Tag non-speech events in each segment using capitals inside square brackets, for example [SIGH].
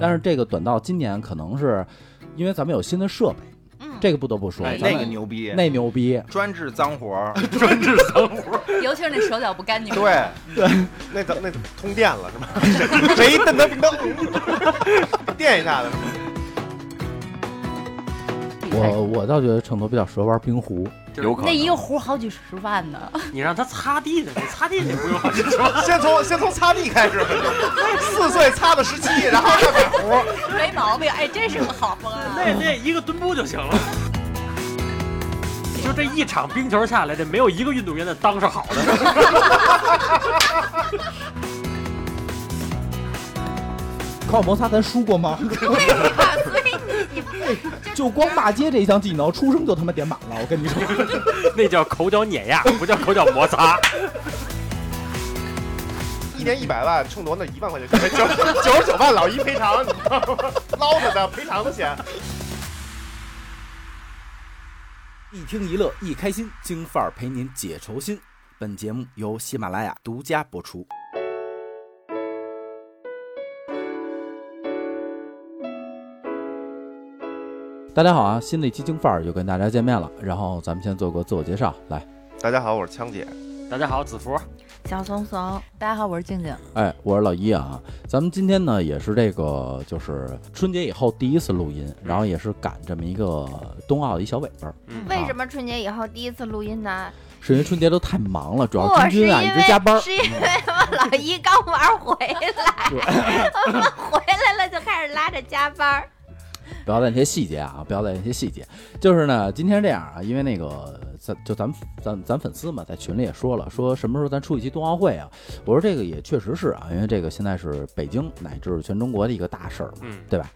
但是这个短道今年可能是因为咱们有新的设备，嗯，这个不得不说，哎咱那们个牛牛逼，那牛逼，专治脏活儿，专治脏活儿，尤其是那手脚不干净，对，那怎那通电了是吗？谁谁蹬他冰刀， [LAUGHS] 电一下子。我我倒觉得成都比较适合玩冰壶，有可那能。一个壶好几十万呢，你让他擦地的，你擦地的不 [LAUGHS] 用好几十万。先从先从擦地开始，四岁擦到十七，然后再买壶。 [LAUGHS] 没毛病。哎，这是个好方案。啊那那一个蹲步就行了。 [LAUGHS] 就这一场冰球下来，这没有一个运动员的裆是好的。 [LAUGHS] 靠摩擦咱输过吗？ [LAUGHS] 对吧？所以你就光骂街这一项技能，出生就他妈点满了，我跟你说。那叫口角碾 [LAUGHS] 压，不叫口角摩擦。一年一百万，冲夺那一万块钱，九九十九万老一赔偿，你知道吗？捞他的赔偿的钱。一听一乐一开心，京范儿陪您解愁心。本节目由喜马拉雅独家播出。大家好啊，新的一期京范儿又跟大家见面了，然后咱们先做个自我介绍，来，大家好，我是枪姐。 [LAUGHS] 大家好，子福，小怂怂，大家好，我是静静。哎，我是老一啊，咱们今天呢也是这个就是春节以后第一次录音，然后也是赶这么一个冬奥的一小尾巴儿， [LAUGHS] 为什么春节以后第一次录音呢？是因为春节都太忙了，主不要君哦是因君啊为一直加班儿，是因为我老一刚玩回来， [LAUGHS] 我回来了就开始拉着加班儿。不要在那些细节啊，不要在那些细节。就是呢，今天这样啊，因为那个咱就咱们咱咱粉丝嘛，在群里也说了，说什么时候咱出一期冬奥会啊？我说这个也确实是啊，因为这个现在是北京乃至全中国的一个大事儿嘛，嗯对吧？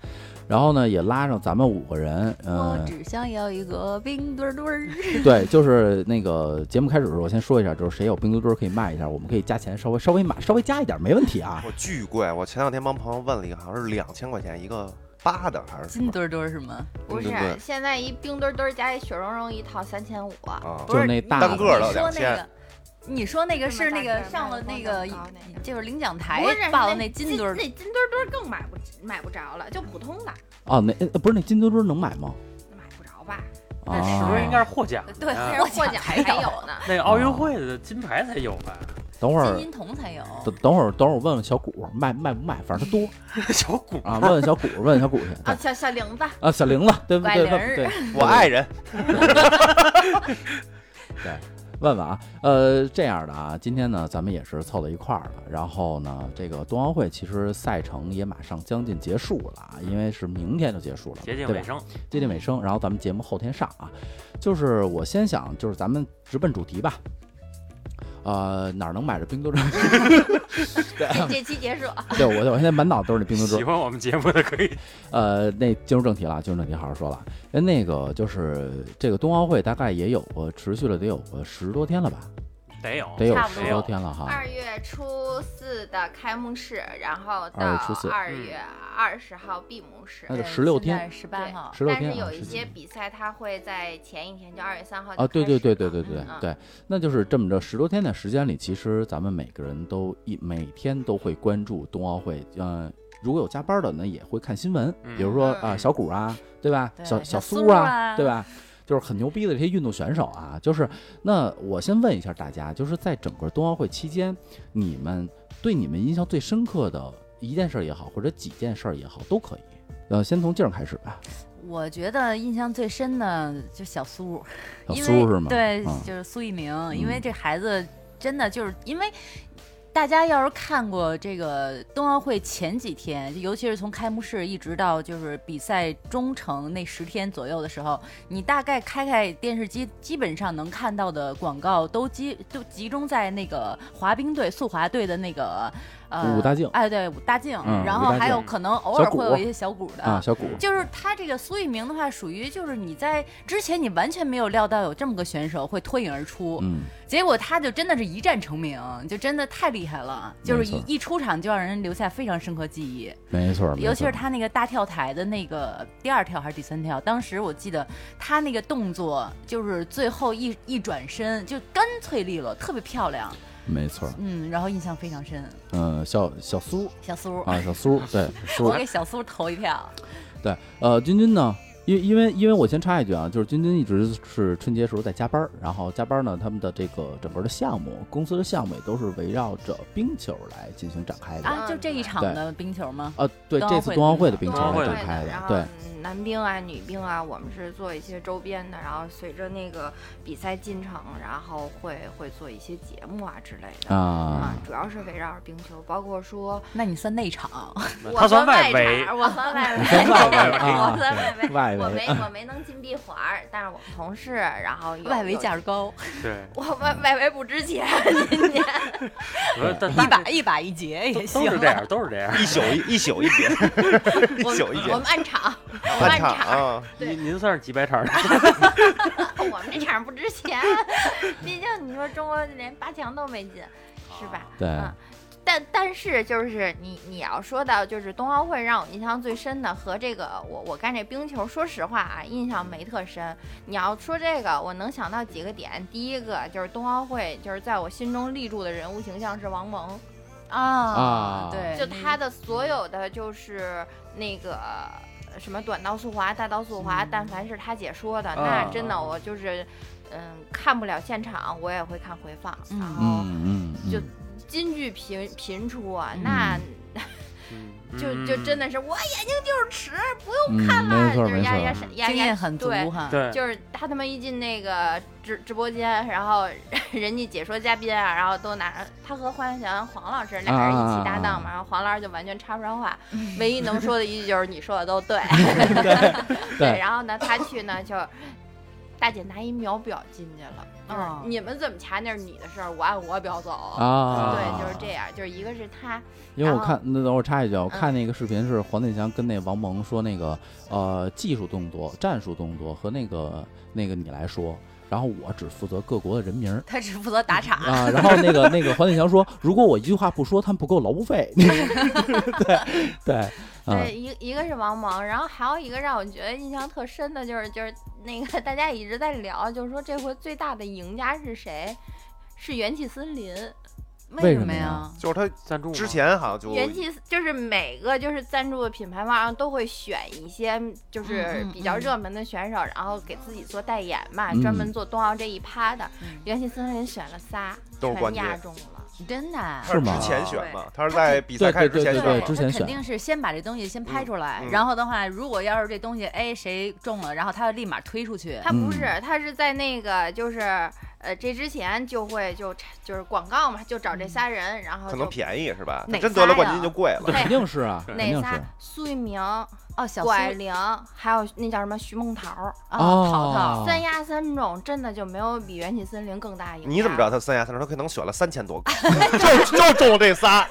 然后呢，也拉上咱们五个人，嗯、我只想要一个冰墩墩 [LAUGHS] 儿。对，就是那个节目开始的时候，我先说一下，就是谁有冰墩墩儿可以卖一下，我们可以加钱，稍微稍微买，稍微加一点，没问题啊。我巨贵，我前两天帮朋友问了一个，好像是两千块钱一个八的还是什金么墩墩儿是吗？不是对对，对现在一冰墩墩儿加一雪融融一套三千五，啊？就是那大单个的你说那2000个，你说那个是那个上了那个，就是领奖台报的那金墩儿，那金墩墩儿更买不买不着了，就普通的哦，那呃不是那金墩墩儿能买吗？买不着吧？啊，那是不是应该是获奖？对，啊获获奖还还 [LAUGHS] 有呢。那奥运会的金牌才有吧？等会儿金银铜才有。等等会儿，等会儿我问问小谷卖卖不卖，反正他多 [LAUGHS] 小谷啊，问问小谷，问问小谷去。对啊，小小玲子，啊，小玲子，对不拐对？铃问儿对，我爱人，问问啊，呃，这样的啊，今天呢，咱们也是凑到一块儿了。然后呢，这个冬奥会其实赛程也马上将近结束了啊，因为是明天就结束了，接近对吧尾声，接近尾声，然后咱们节目后天上啊。就是我先想，就是咱们直奔主题吧。呃，哪儿能 [LAUGHS] 买着冰墩墩？这这期结束，对我，我现在满脑子都是那冰墩墩喜。欢我们节目的可以呃，那进入正题了，进入正题，好好说了。哎，那个就是这个冬奥会大概也有个持续了得有个十多天了吧，得有得有哦差不多十多天了哈二。月初四的开幕式，然后到二月初四嗯二月二十号闭幕式。那就16天，十八对号。十六但天是啊，有十一几些比赛，它会在前一天，就二月三号就啊，对开对始对对了对对嗯对，那就是这么着十多天的时间里，其实咱们每个人都一每天都会关注冬奥会，嗯、如果有加班的呢，也会看新闻，嗯比如说啊、嗯小谷啊，对吧？对小小苏苏啊对吧？就是很牛逼的这些运动选手啊，就是那我先问一下大家，就是在整个冬奥会期间，你们对你们印象最深刻的一件事儿也好，或者几件事儿也好，都可以。呃，先从静儿开始吧，我觉得印象最深的就小苏，小因苏为是吗？对，嗯就是苏翊鸣，因为这孩子真的就是因为。大家要是看过这个冬奥会前几天，尤其是从开幕式一直到就是比赛中程那十天左右的时候，你大概开开电视机，基本上能看到的广告都集都集中在那个滑冰队、速滑队的那个呃武大靖哎对武大靖，嗯然武后大靖还有可能偶尔小谷会有一些呃小股的啊，小谷，就是他这个苏翊鸣的话，属于就是你在之前你完全没有料到有这么个选手会脱颖而出，嗯。结果他就真的是一战成名，就真的太厉害了，就是没错一一出场就让人留下非常深刻记忆。没错，没尤其是错他那个大跳台的那个第二跳还是第三跳，当时我记得他那个动作就是最后一一转身就干脆利落，特别漂亮。没错儿，嗯，然后印象非常深，嗯，小小苏小苏，啊，小苏， [LAUGHS] 对，苏我，给小苏投一票，对，呃，君君呢？因因为因为我先插一句啊，就是君君一直是春节时候在加班儿，然后加班儿呢，他们的这个整个的项目，公司的项目也都是围绕着冰球来进行展开的。啊，就这一场的冰球吗？呃，对，冬奥这次会冬奥会的的冰冰啊球球来冬奥会展开嗯然的，后对，男兵啊、女兵啊，我们是做一些周边的，然后随着那个比赛进程，然后会会做一些节目啊之类的。啊啊，，主要是围绕着冰球，包括说，那你算内场，呃他我算外外围场，我算外围，算外围啊我算外围，外我围啊没我没能进闭环儿，但是我们同事，然后有外围有价值 [LAUGHS] 高，对，我外外围不值钱， [LAUGHS] 今年我说但一但把一把一节都也都行是。这样，都是这样。一宿一一宿一节，一我宿一们我节们，按场，我们半按场场，啊，对您您算是几百场的？ [LAUGHS] 我们这场不值钱，毕竟你说中国连八强都没进，是吧？对，嗯但但是就是你你要说到就是冬奥会让我印象最深的和这个我我干这冰球，说实话啊，印象没特深。你要说这个，我能想到几个点，第一个就是冬奥会，就是在我心中立住的人物形象是王蒙，啊啊，对，就他的所有的就是那个。什么短道速滑、大道速滑，嗯但凡是他解说的，那真的我就是，嗯，看不了现场，我也会看回放，嗯然后嗯嗯，就嗯金句频频出啊，嗯那 [LAUGHS] 就就真的的是我眼睛就是尺，不嗯，没错没用就是错压，压闪压经压验，很足对哈。对，就是他他妈一进那个直直播间，然后人家解说嘉宾啊，然后都拿他和黄翔黄老师俩人一起搭档嘛，然后黄老师就完全插不上 [LAUGHS] 话，唯一能说的一句就是你说的都 [LAUGHS] 对，对，然后呢他去呢就。大姐拿一秒表进去了，就是哦你们怎么掐那是你的事儿，我按我表走。啊，对，就是这样，就是一个是他，因为我然后看，那等我插一句啊，我嗯看那个视频是黄健翔跟那王蒙说那个呃技术动作、战术动作和那个那个你来说，然后我只负责各国的人名 [LAUGHS] 儿他只负责打场，啊。然后那个那个黄健翔说，如果我一句话不说，他们不给我劳务费。 [LAUGHS] 对对，对，嗯一一个是王蒙，然后还有一个让我觉得印象特深的就是就是那个 [LAUGHS] 大家一直在聊，就是说这回最大的赢家是谁？是元气森林，为为什么么呀呀？就是他赞助吗之前好像就元气就是每个就是赞助的品牌方都会选一些就是嗯嗯比较热门的选手，然后给自己做代言嘛，嗯专门做冬奥这一趴的。嗯元气森林选了仨，都是嗯冠全军压中了。真的啊。他是是吗之前选嘛，他是在比赛对开始之对前对选对，嘛之，前他肯选定是先把这东西先拍出来，嗯嗯然后的话，如果要是这东西哎谁中了，然后他立马推出去。他不是，他是在那个就是呃这之前就会就就是广告嘛，就嗯找这仨人，然后可能就便宜是吧？他哪真得了仨冠呀军就贵了对，肯定是啊，肯哪定仨是？苏翊鸣、哦，小苏谷爱凌，还有那叫什么徐梦桃，啊，哦淘淘，三压三种，真的就没有比元气森林更大赢。你怎么知道？他三亚三中？他可能选了三千多 [LAUGHS] 个，就就中了这仨，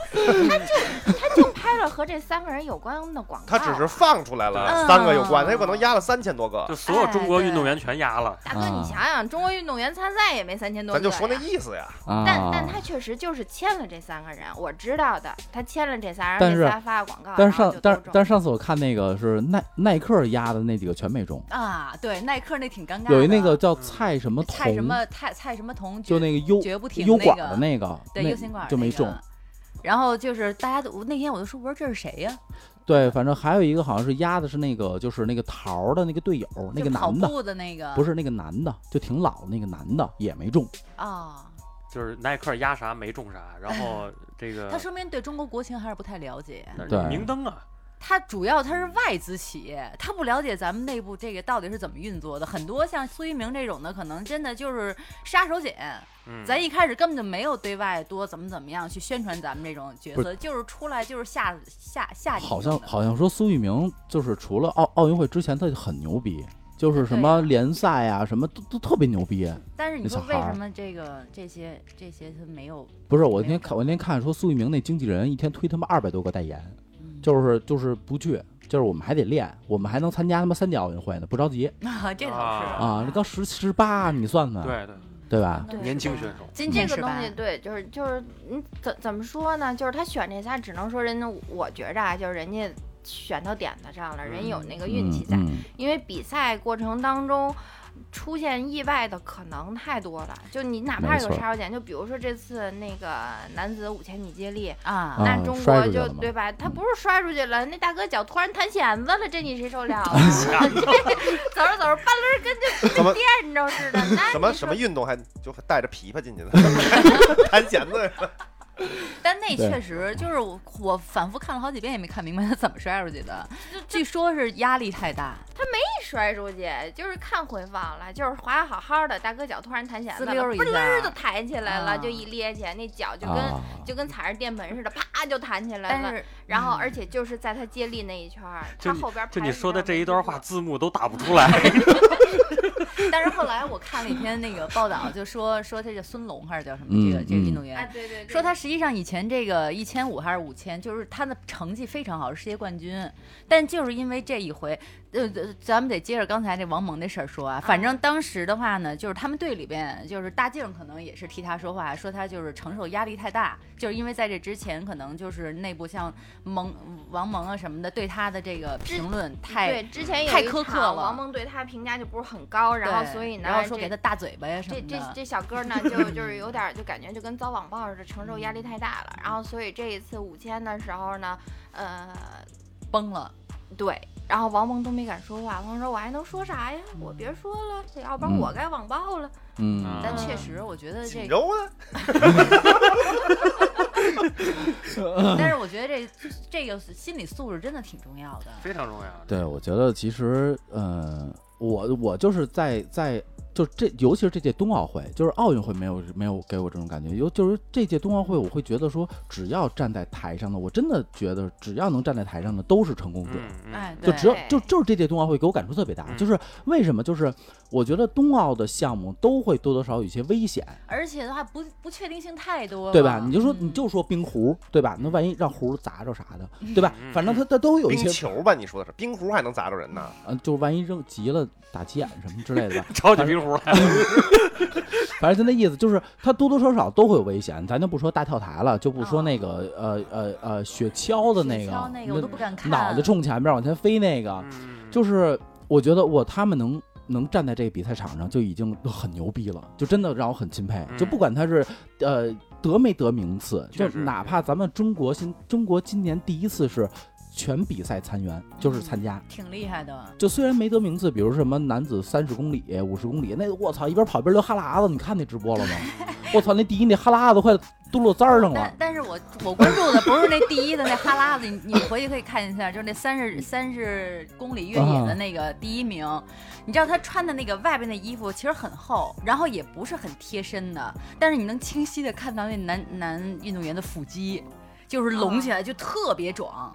他就拍了和这三个人有关的广告。他只是放出来了嗯三个有关，他有可能压了三千多个就。所有中哎国运动员全压了，大哥，啊你想想，中国运动员参赛也没三千多个咱呀。就说那意思呀，啊但，但他确实就是签了这三个人，我知道的，他签了这仨人，但是这仨发了广告，但然是后上就但都是中但是上次我看那个是耐耐克压的那几个全没中，啊，对，耐克那挺尴尬的。有一那个叫蔡什么蔡什彤么蔡蔡什么彤，就绝那个优绝不停优那管个的那个，对那优先管就没那个中。。然后就是大家都我那天我就说，我说这是谁呀？对，反正还有一个好像是压的是那个，就是那个桃儿的那个队友，那个就跑男的，步的那啊个不是那个男的，就挺老的那个男的也没中。啊，就是耐克压啥没中啥，然哎后这嗯个他说明对中国国情还是不太了解。对明灯啊，他主要他是嗯外资企业，他不了解咱们内部这个到底是怎么运作的。很多像苏一鸣这种的，可能真的就是杀手锏。嗯，咱一开始根本就没有对外多怎么怎么样去宣传咱们这种角不色，就是出来就是下下下级好像弄的好像说苏翊鸣就是除了奥奥运会之前他就很牛逼，就是什么联赛啊什么都都特别牛逼。但是你那说小为孩儿什么这个这些这些他没有？ [LAUGHS] 不是我那天看我那天看说苏翊鸣那经纪人一天推他妈二百多个代言，嗯就是就是不去。就是我们还得练，我们还能参加他妈三届奥运会呢，不着急啊，这倒是啊啊！你刚十十八，啊你算算，对对，对吧？对年轻选手，今这天个是吧东西，对，就是就是，嗯，怎怎么说呢？就是他选这仨，只能说人家，我觉着啊，就是人家选到点子上了，人有那个运气在。嗯因为比赛过程当中，出现意外的可能太多了。就你哪怕没有错杀手锏，就比如说这次那个男子五千米接力，啊啊那中摔国出去就了吗对吧？他嗯不是摔出去了，那大哥脚突然弹弦子了，这你谁受了 [LAUGHS] 啊？走着走着，半轮跟就怎么垫着似的，那什么哎你什说么运动还就带着琵琶进 [LAUGHS] 去的，弹弦子但那对确实就是我我反复看了好几遍也没看明白他怎么摔出去的，据说是压力太大，一摔出去，就是看回放了，就是滑好好的，大哥脚突然弹弦滋子了，溜一嘣下儿就抬起来了，啊就一咧起来，那脚就跟、啊，就跟踩着电门似的，啪就弹起来但了。是嗯然后，而且就是在他接力那一圈儿，就他你后边就排你着说的人这一没段过话，字幕都 [LAUGHS] 打不 [LAUGHS] 出来。但是后来我看了一篇那个报道，就说说这叫孙龙还是叫什么嗯这个这个嗯运动员啊，，对对对，说他实际上以前这个一千五还是五千，就是他的成绩非常好，是世界冠军。但就是因为这一回，呃，呃咱们得接着刚才这王蒙这事儿说啊。反正当时的话呢，就是他们队里边，就是大靖可能也是替他说话，说他就是承受压力太大，就是因为在这之前可能就是内部像蒙王蒙啊什么的对他的这个评论太对之前有太一苛刻了场王蒙对他评价就不是很高，然后对所以呢，然后说这给他大嘴巴呀什么这的，这这小哥 [LAUGHS] 呢，就就是有点儿就感觉就跟遭网暴似的，承受压力太大了。然后所以这一次五千的时候呢，呃，崩了。对，然后王蒙都没敢说话。王蒙说：“我还能说啥呀？我别说了，这要不然嗯我该网暴了。嗯，啊但确实，我觉得这锦个，州呢？但是我觉得这这个心理素质真的挺重要的。非常重要。对，我觉得其实，呃，我我就是在在就这，尤其是这届冬奥会，就是奥运会没有没有给我这种感觉，尤就是这届冬奥会，我会觉得说，只要站在台上的，我真的觉得只要能站在台上的都是成功者。嗯嗯，哎，就对只有对就就是这届冬奥会给我感触特别大，嗯就是为什么？就是我觉得冬奥的项目都会多多少少有一些危险，而且的话不不确定性太多了，对吧？你就说嗯你就说冰壶，对吧？那万一让壶砸着啥的，对吧嗯？反正它它都会有一冰些，球吧？你说的是冰壶还能砸着人呢？嗯，就是万一扔急了打急眼什么之类的吧。 [LAUGHS] 超级冰壶 [LAUGHS] 来了，嗯反正就那意思，就是它多多少少都会有危险。咱就不说大跳台了，就不说那个、呃呃呃雪橇的那哦雪个，橇那个我都不敢看，脑袋冲前面往前飞那个，嗯就是我觉得我他们能。能站在这个比赛场上就已经很牛逼了，就真的让我很钦佩。嗯就不管他是呃得没得名次，就确实哪怕咱们中国新中国今年第一次是全比赛参员，就是参加，挺厉害的。就虽然没得名次，比如什么男子三十公里、五十公里，那我操一边跑一边流哈喇子，你看那直播了吗？我操，那第一那哈喇子快都落腮儿上了但。但是我我关注的不是那第一的那哈喇子，你你回去可以看一下，就是那三十三十公里越野的那个第一名，你知道他穿的那个外边的衣服其实很厚，然后也不是很贴身的，但是你能清晰的看到那男男运动员的腹肌，就是隆起来就特别壮，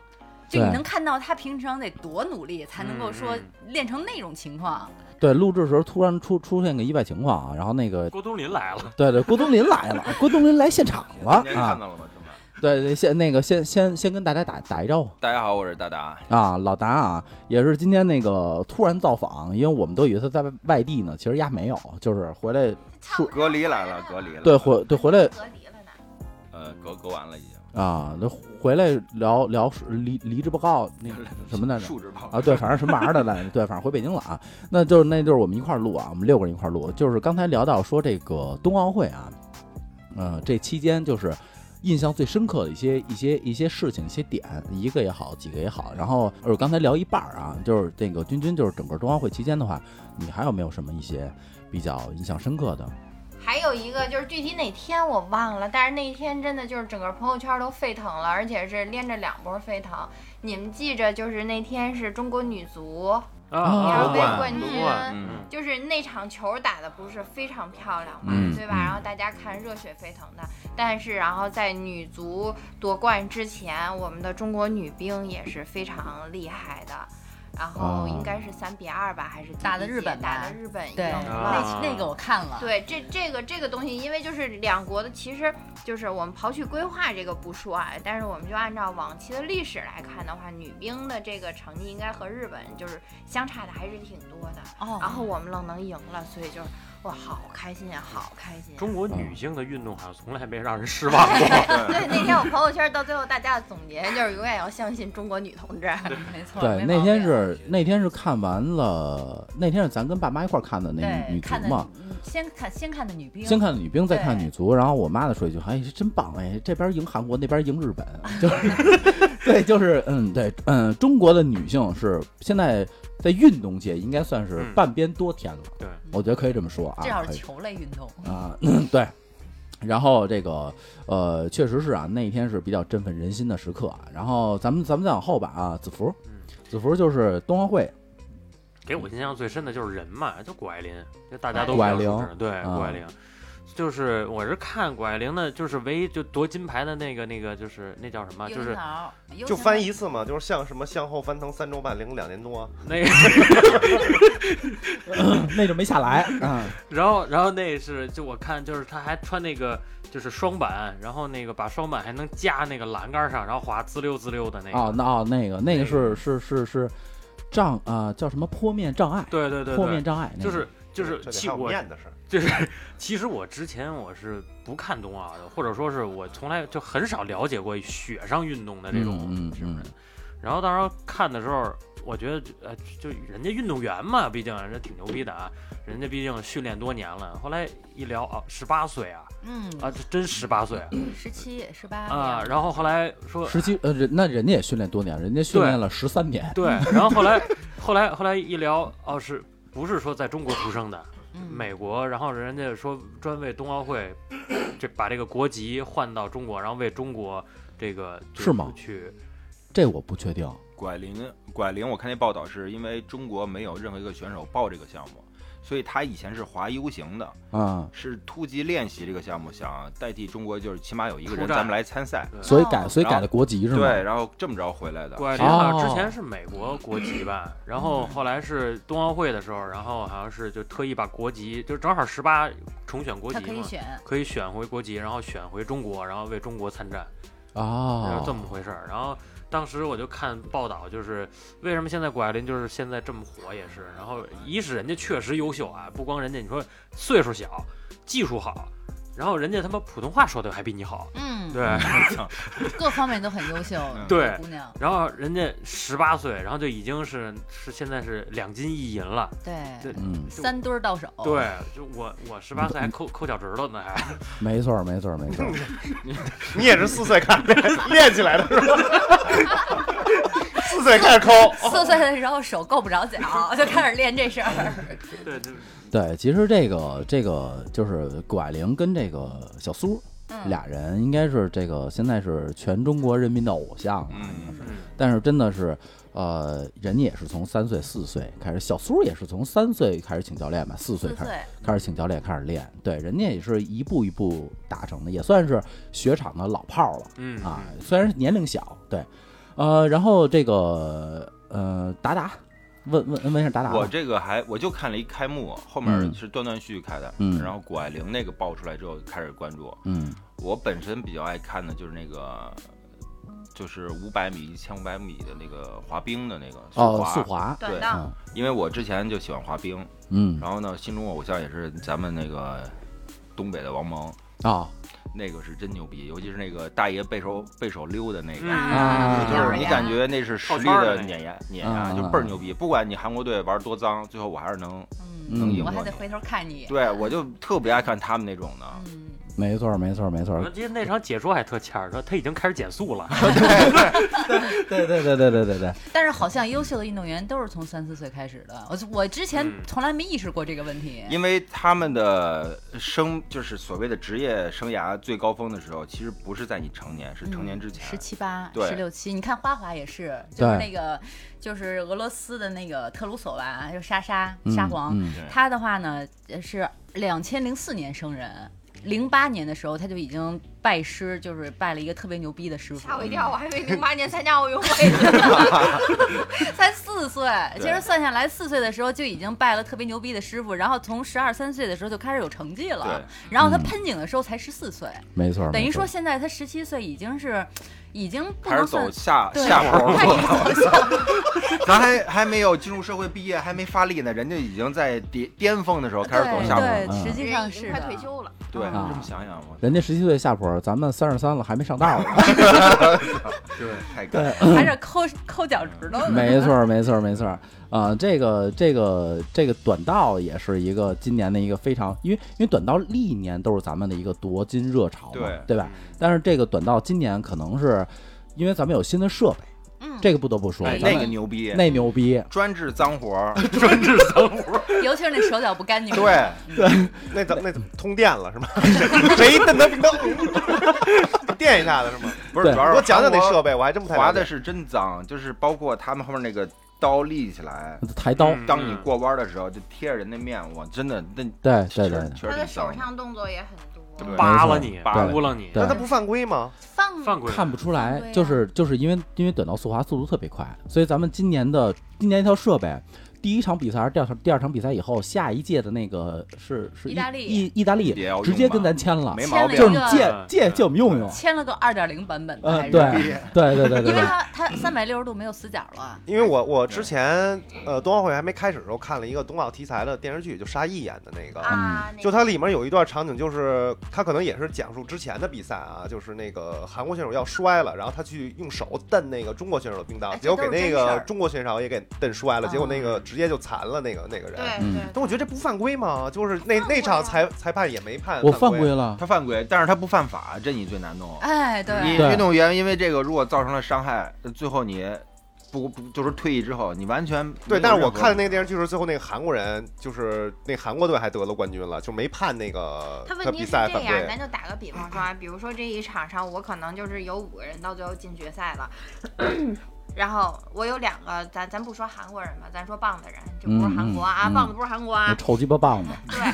就你对能看到他平常得多努力才能够说嗯练成那种情况。对，录制的时候突然出出现个意外情况啊，然后那个郭冬临来了，对对，郭冬临来了，郭冬临来现场了 [LAUGHS] 今天看啊。到了吗？是吗？对对，先那个先先先跟大家打打一招呼大家好，我是大达。啊，老达啊，也是今天那个突然造访，因为我们都以为他在外外地呢，其实丫没有，就是回来唱隔离来了，隔离了。对回对回来隔离了呢。呃，隔隔完了已经。啊，那回来聊聊离离职报告那个什么来着？数值吧。啊，对，反正什么玩意儿的来着，对，反正回北京了啊。那就是那就是我们一块儿录啊，我们六个人一块儿录。就是刚才聊到说这个冬奥会啊，呃，这期间就是印象最深刻的一些一些一些事情、一些点，一个也好，几个也好。然后呃我刚才聊一半儿啊，就是这个君君，就是整个冬奥会期间的话，你还有没有什么一些比较印象深刻的？还有一个就是具体哪天我忘了，但是那一天真的就是整个朋友圈都沸腾了，而且是连着两波沸腾。你们记着，就是那天是中国女足啊亚夺运冠会哦冠军夺，冠嗯就是那场球打的不是非常漂亮嘛，嗯对吧？嗯然后大家看热血沸腾的，但是然后在女足夺冠之前，我们的中国女兵也是非常厉害的，然后哦应该是三比二吧，还是几打的比日几本打吧的日本赢对，啊了。啊那那个我看了，对，这这个这个东西，因为就是两国的，其实就是我们刨去规划这个不说啊，但是我们就按照往期的历史来看的话，女兵的这个成绩应该和日本就是相差的还是挺多的。哦然后我们愣能赢了，所以就是哇，好开心呀，好开心！啊中国嗯女性的运动好像从来没让人失望过。对，那天我朋友圈到最后大家的总结就是永远要相信中国女同志。没错，对，没那毛天病是那天是看完了，那天是咱跟爸妈一块儿看的那女对足看的嘛，女，嗯先看先看的女兵，先看女兵，再看对女足。然后我妈的说一句：“哎，真棒哎，这边赢韩国，那边赢日本。” [LAUGHS] 就是，对，就是，嗯，对，嗯，中国的女性是现在在运动界应该算是嗯半边多天了。对我觉得可以这么说啊，嗯至少是可以球类运动。啊、 [LAUGHS] 对。然后这个呃，确实是啊，那一天是比较振奋人心的时刻啊。然后咱们咱们再往后吧啊，子福嗯，子福就是冬奥会， [COUGHS] 给我印象最深的就是人嘛，就谷爱凌，就大家哎都谷爱比较熟凌知对啊谷爱凌，就是我是看谷爱凌的，就是唯一就夺金牌的那个那个，就是那叫什么，幽啊灵就是岛幽就灵翻岛一次嘛，就是向什么向后翻腾三周半零两年多，那个， [LAUGHS] 那就没下来啊。然后然后那是就我看就是她还穿那个就是双板，然后那个把双板还能夹那个栏杆上，然后滑滋溜滋溜的那个，哦，那哦，那个那那个个是是是是障啊、叫什么坡面障碍，对对对坡面对，障碍，那就个是。就是这得其还有我面的事儿。就是，其实我之前我是不看冬奥的，或者说是我从来就很少了解过雪上运动的这种，嗯嗯是不是嗯？然后到时候看的时候，我觉得呃，就人家运动员嘛，毕竟人家挺牛逼的啊，人家毕竟训练多年了。后来一聊啊，十八岁啊，嗯，啊，这真十八岁十七十八啊。然后后来说，十七呃，人那人家也训练多年，人家训对练了十三年，对，然后后来后来后来一聊，哦，是不是说在中国出生的？嗯美国，然后人家说专为冬奥会，这把这个国籍换到中国，然后为中国这个就是吗去这我不确定。拐铃，拐铃，我看那报道是因为中国没有任何一个选手报这个项目，所以他以前是滑 U 型的，啊、是突击练习这个项目，想代替中国，就是起码有一个人出战咱们来参赛。所以哦改哦所以然后改的国籍是吗？对，，然后这么着回来的。谷爱凌好像之前是美国国籍吧，然后后来是冬奥会的时候，然后好像是就特意把国籍，就正好十八重选国籍他可以嘛，选，可以选回国籍，然后选回中国，然后为中国参战。然哦后，这么回事儿。然后当时我就看报道，就是为什么现在谷爱凌就是现在这么火也是。然后一是人家确实优秀啊，不光人家你说岁数小，技术好，然后人家他妈普通话说的还比你好，嗯，对。各方面都很优秀，对这姑娘，然后人家十八岁，然后就已经是是现在是两金一银了。对，对嗯，三墩儿到手，，对，就我我十八岁还抠抠脚趾头呢，还没错儿没错儿没错 [LAUGHS] 儿。 [LAUGHS] 你也是四岁开始 [LAUGHS] 练起来的是 [LAUGHS] 吧？四岁开始抠，四岁的时候手够不着脚，就开始练这事嗯儿，对对对，其实这个这个就是谷爱凌跟这个小苏、嗯俩人，应该是这个现在是全中国人民的偶像了，应该嗯是。嗯，但是真的是，呃，人家也是从三岁、四岁开始，小苏也是从三岁开始请教练吧，四岁四开始岁，开始请教练开始练，对，人家也是一步一步打成的，也算是雪场的老炮了，嗯啊，虽然年龄小，对，呃，然后这个呃，达达，问问问一下达达吧，我这个还我就看了一开幕，后面嗯是断断续续开的，嗯然后谷爱凌那个爆出来之后开始关注。嗯我本身比较爱看的就是那个，就是五百米、一千五百米的那个滑冰的那个哦，滑，速滑，短对道嗯因为我之前就喜欢滑冰，嗯然后呢，心中偶像也是咱们那个东北的王蒙，啊那个是真牛逼，尤其是那个大爷背手背手溜的那个。嗯啊就是你感觉那是实力的碾压，碾压嗯就倍儿牛逼。不管你韩国队玩多脏，最后我还是能。能嗯，赢我还过得你回头看你，对我就特别爱看他们那种的。嗯，没错儿没错儿没错我儿，嗯们今天那场解说还特欠儿，说他已经开始减速了，对对对对对对对，但是好像优秀的运动员都是从三四岁开始的，我我之前嗯从来没意识过这个问题，因为他们的生就是所谓的职业生涯最高峰的时候，其实不是在你成年，是成年之嗯前。十七八、对十六七，你看花滑也是，就是对那个就是俄罗斯的那个特鲁索娃，就莎莎嗯沙皇，嗯对她的话呢呃是两千零四年生人。零八年的时候，她就已经拜师，就是拜了一个特别牛逼的师傅。吓我一跳，我还以为零八年参加奥运会呢。才四岁，其对实算下来，四岁的时候就已经拜了特别牛逼的师傅，然后从十二三岁的时候就开始有成绩了对。然后她嗯喷井的时候才十四岁，没错儿，等于没错说儿现在她十七岁已经是，已经不开始能算走下对下坡太路，搞笑了 [LAUGHS] 咱还还没有进入社会毕业，还没发力呢，人家已经在巅巅峰的时候开始走下坡了。嗯对，实际上人已是经快的退休了，对，啊你这么想想吧，人家十七岁下坡，咱们三十三了还没上道呢。对，太干。 [LAUGHS] 还是抠抠脚趾 [LAUGHS] 头呢。没错儿，没错儿，没错儿。啊、这个这个这个短道也是一个今年的一个非常，因为因为短道历年都是咱们的一个夺金热潮嘛，对嗯吧？但是这个短道今年可能是因为咱们有新的设备，嗯，这个不得不说，哎咱那们个牛逼，那牛逼，专治脏活 [LAUGHS] 儿。专治脏活，尤其是那手脚不干净。对，那怎那怎么通电了是吗？ [LAUGHS] 谁那能能 [LAUGHS] 电一下子是吗？不是对主要是我讲讲那设备，备，我还真不太划了的解。是真脏，就是包括他们后面那个刀立起来，抬刀，嗯当你过弯的时候就贴着人的面，我真的那对对确对实，确他实的挺手脏。上动作也很对多，扒拉你，没错扒拉你，对那他不犯规吗？放犯规了看不出来对，呀就是就是因为因为短道速滑速度特别快，所以咱们今年的今年一套设备，第一场比赛还是第二场第二场比赛以后，下一届的那个是是意大利意意大利也要用直接吧跟咱签了，没签毛了病一就是你个借嗯借借我们用用，签了个二点零版本的，呃还是对对对对对因为对，它它三百六十度没有死角了。因为我我之前呃冬奥会还没开始的时候看了一个冬奥题材的电视剧，就沙溢演的那个，啊，那就它里面有一段场景，就是他可能也是讲述之前的比赛啊，就是那个韩国选手要摔了，然后他去用手蹬那个中国选手的冰哎刀，这结果给都是那真个事儿啊中国选手也给蹬摔了，结果那个直接就残了那个那个人。对嗯对，但我觉得这不犯规吗？就是那犯规啊那场裁裁判也没判我犯犯规了，他犯规，但是他不犯法，这你最难弄。哎，对嗯你，对运动员因为这个如果造成了伤害，最后你不不就是退役之后，你完全对，没但有是我任何看那个电视剧的时候，最后那个韩国人就是那韩国队还得了冠军了，就没判那个他问他题比是赛这犯样，规。咱就打个比方说啊，比如说这一场上，我可能就是有五个人到最后进决赛了，然后我有两个，咱咱不说韩国人吧，咱说棒的人，就不是韩国啊，嗯嗯嗯棒子不是韩国我啊，臭鸡巴棒子，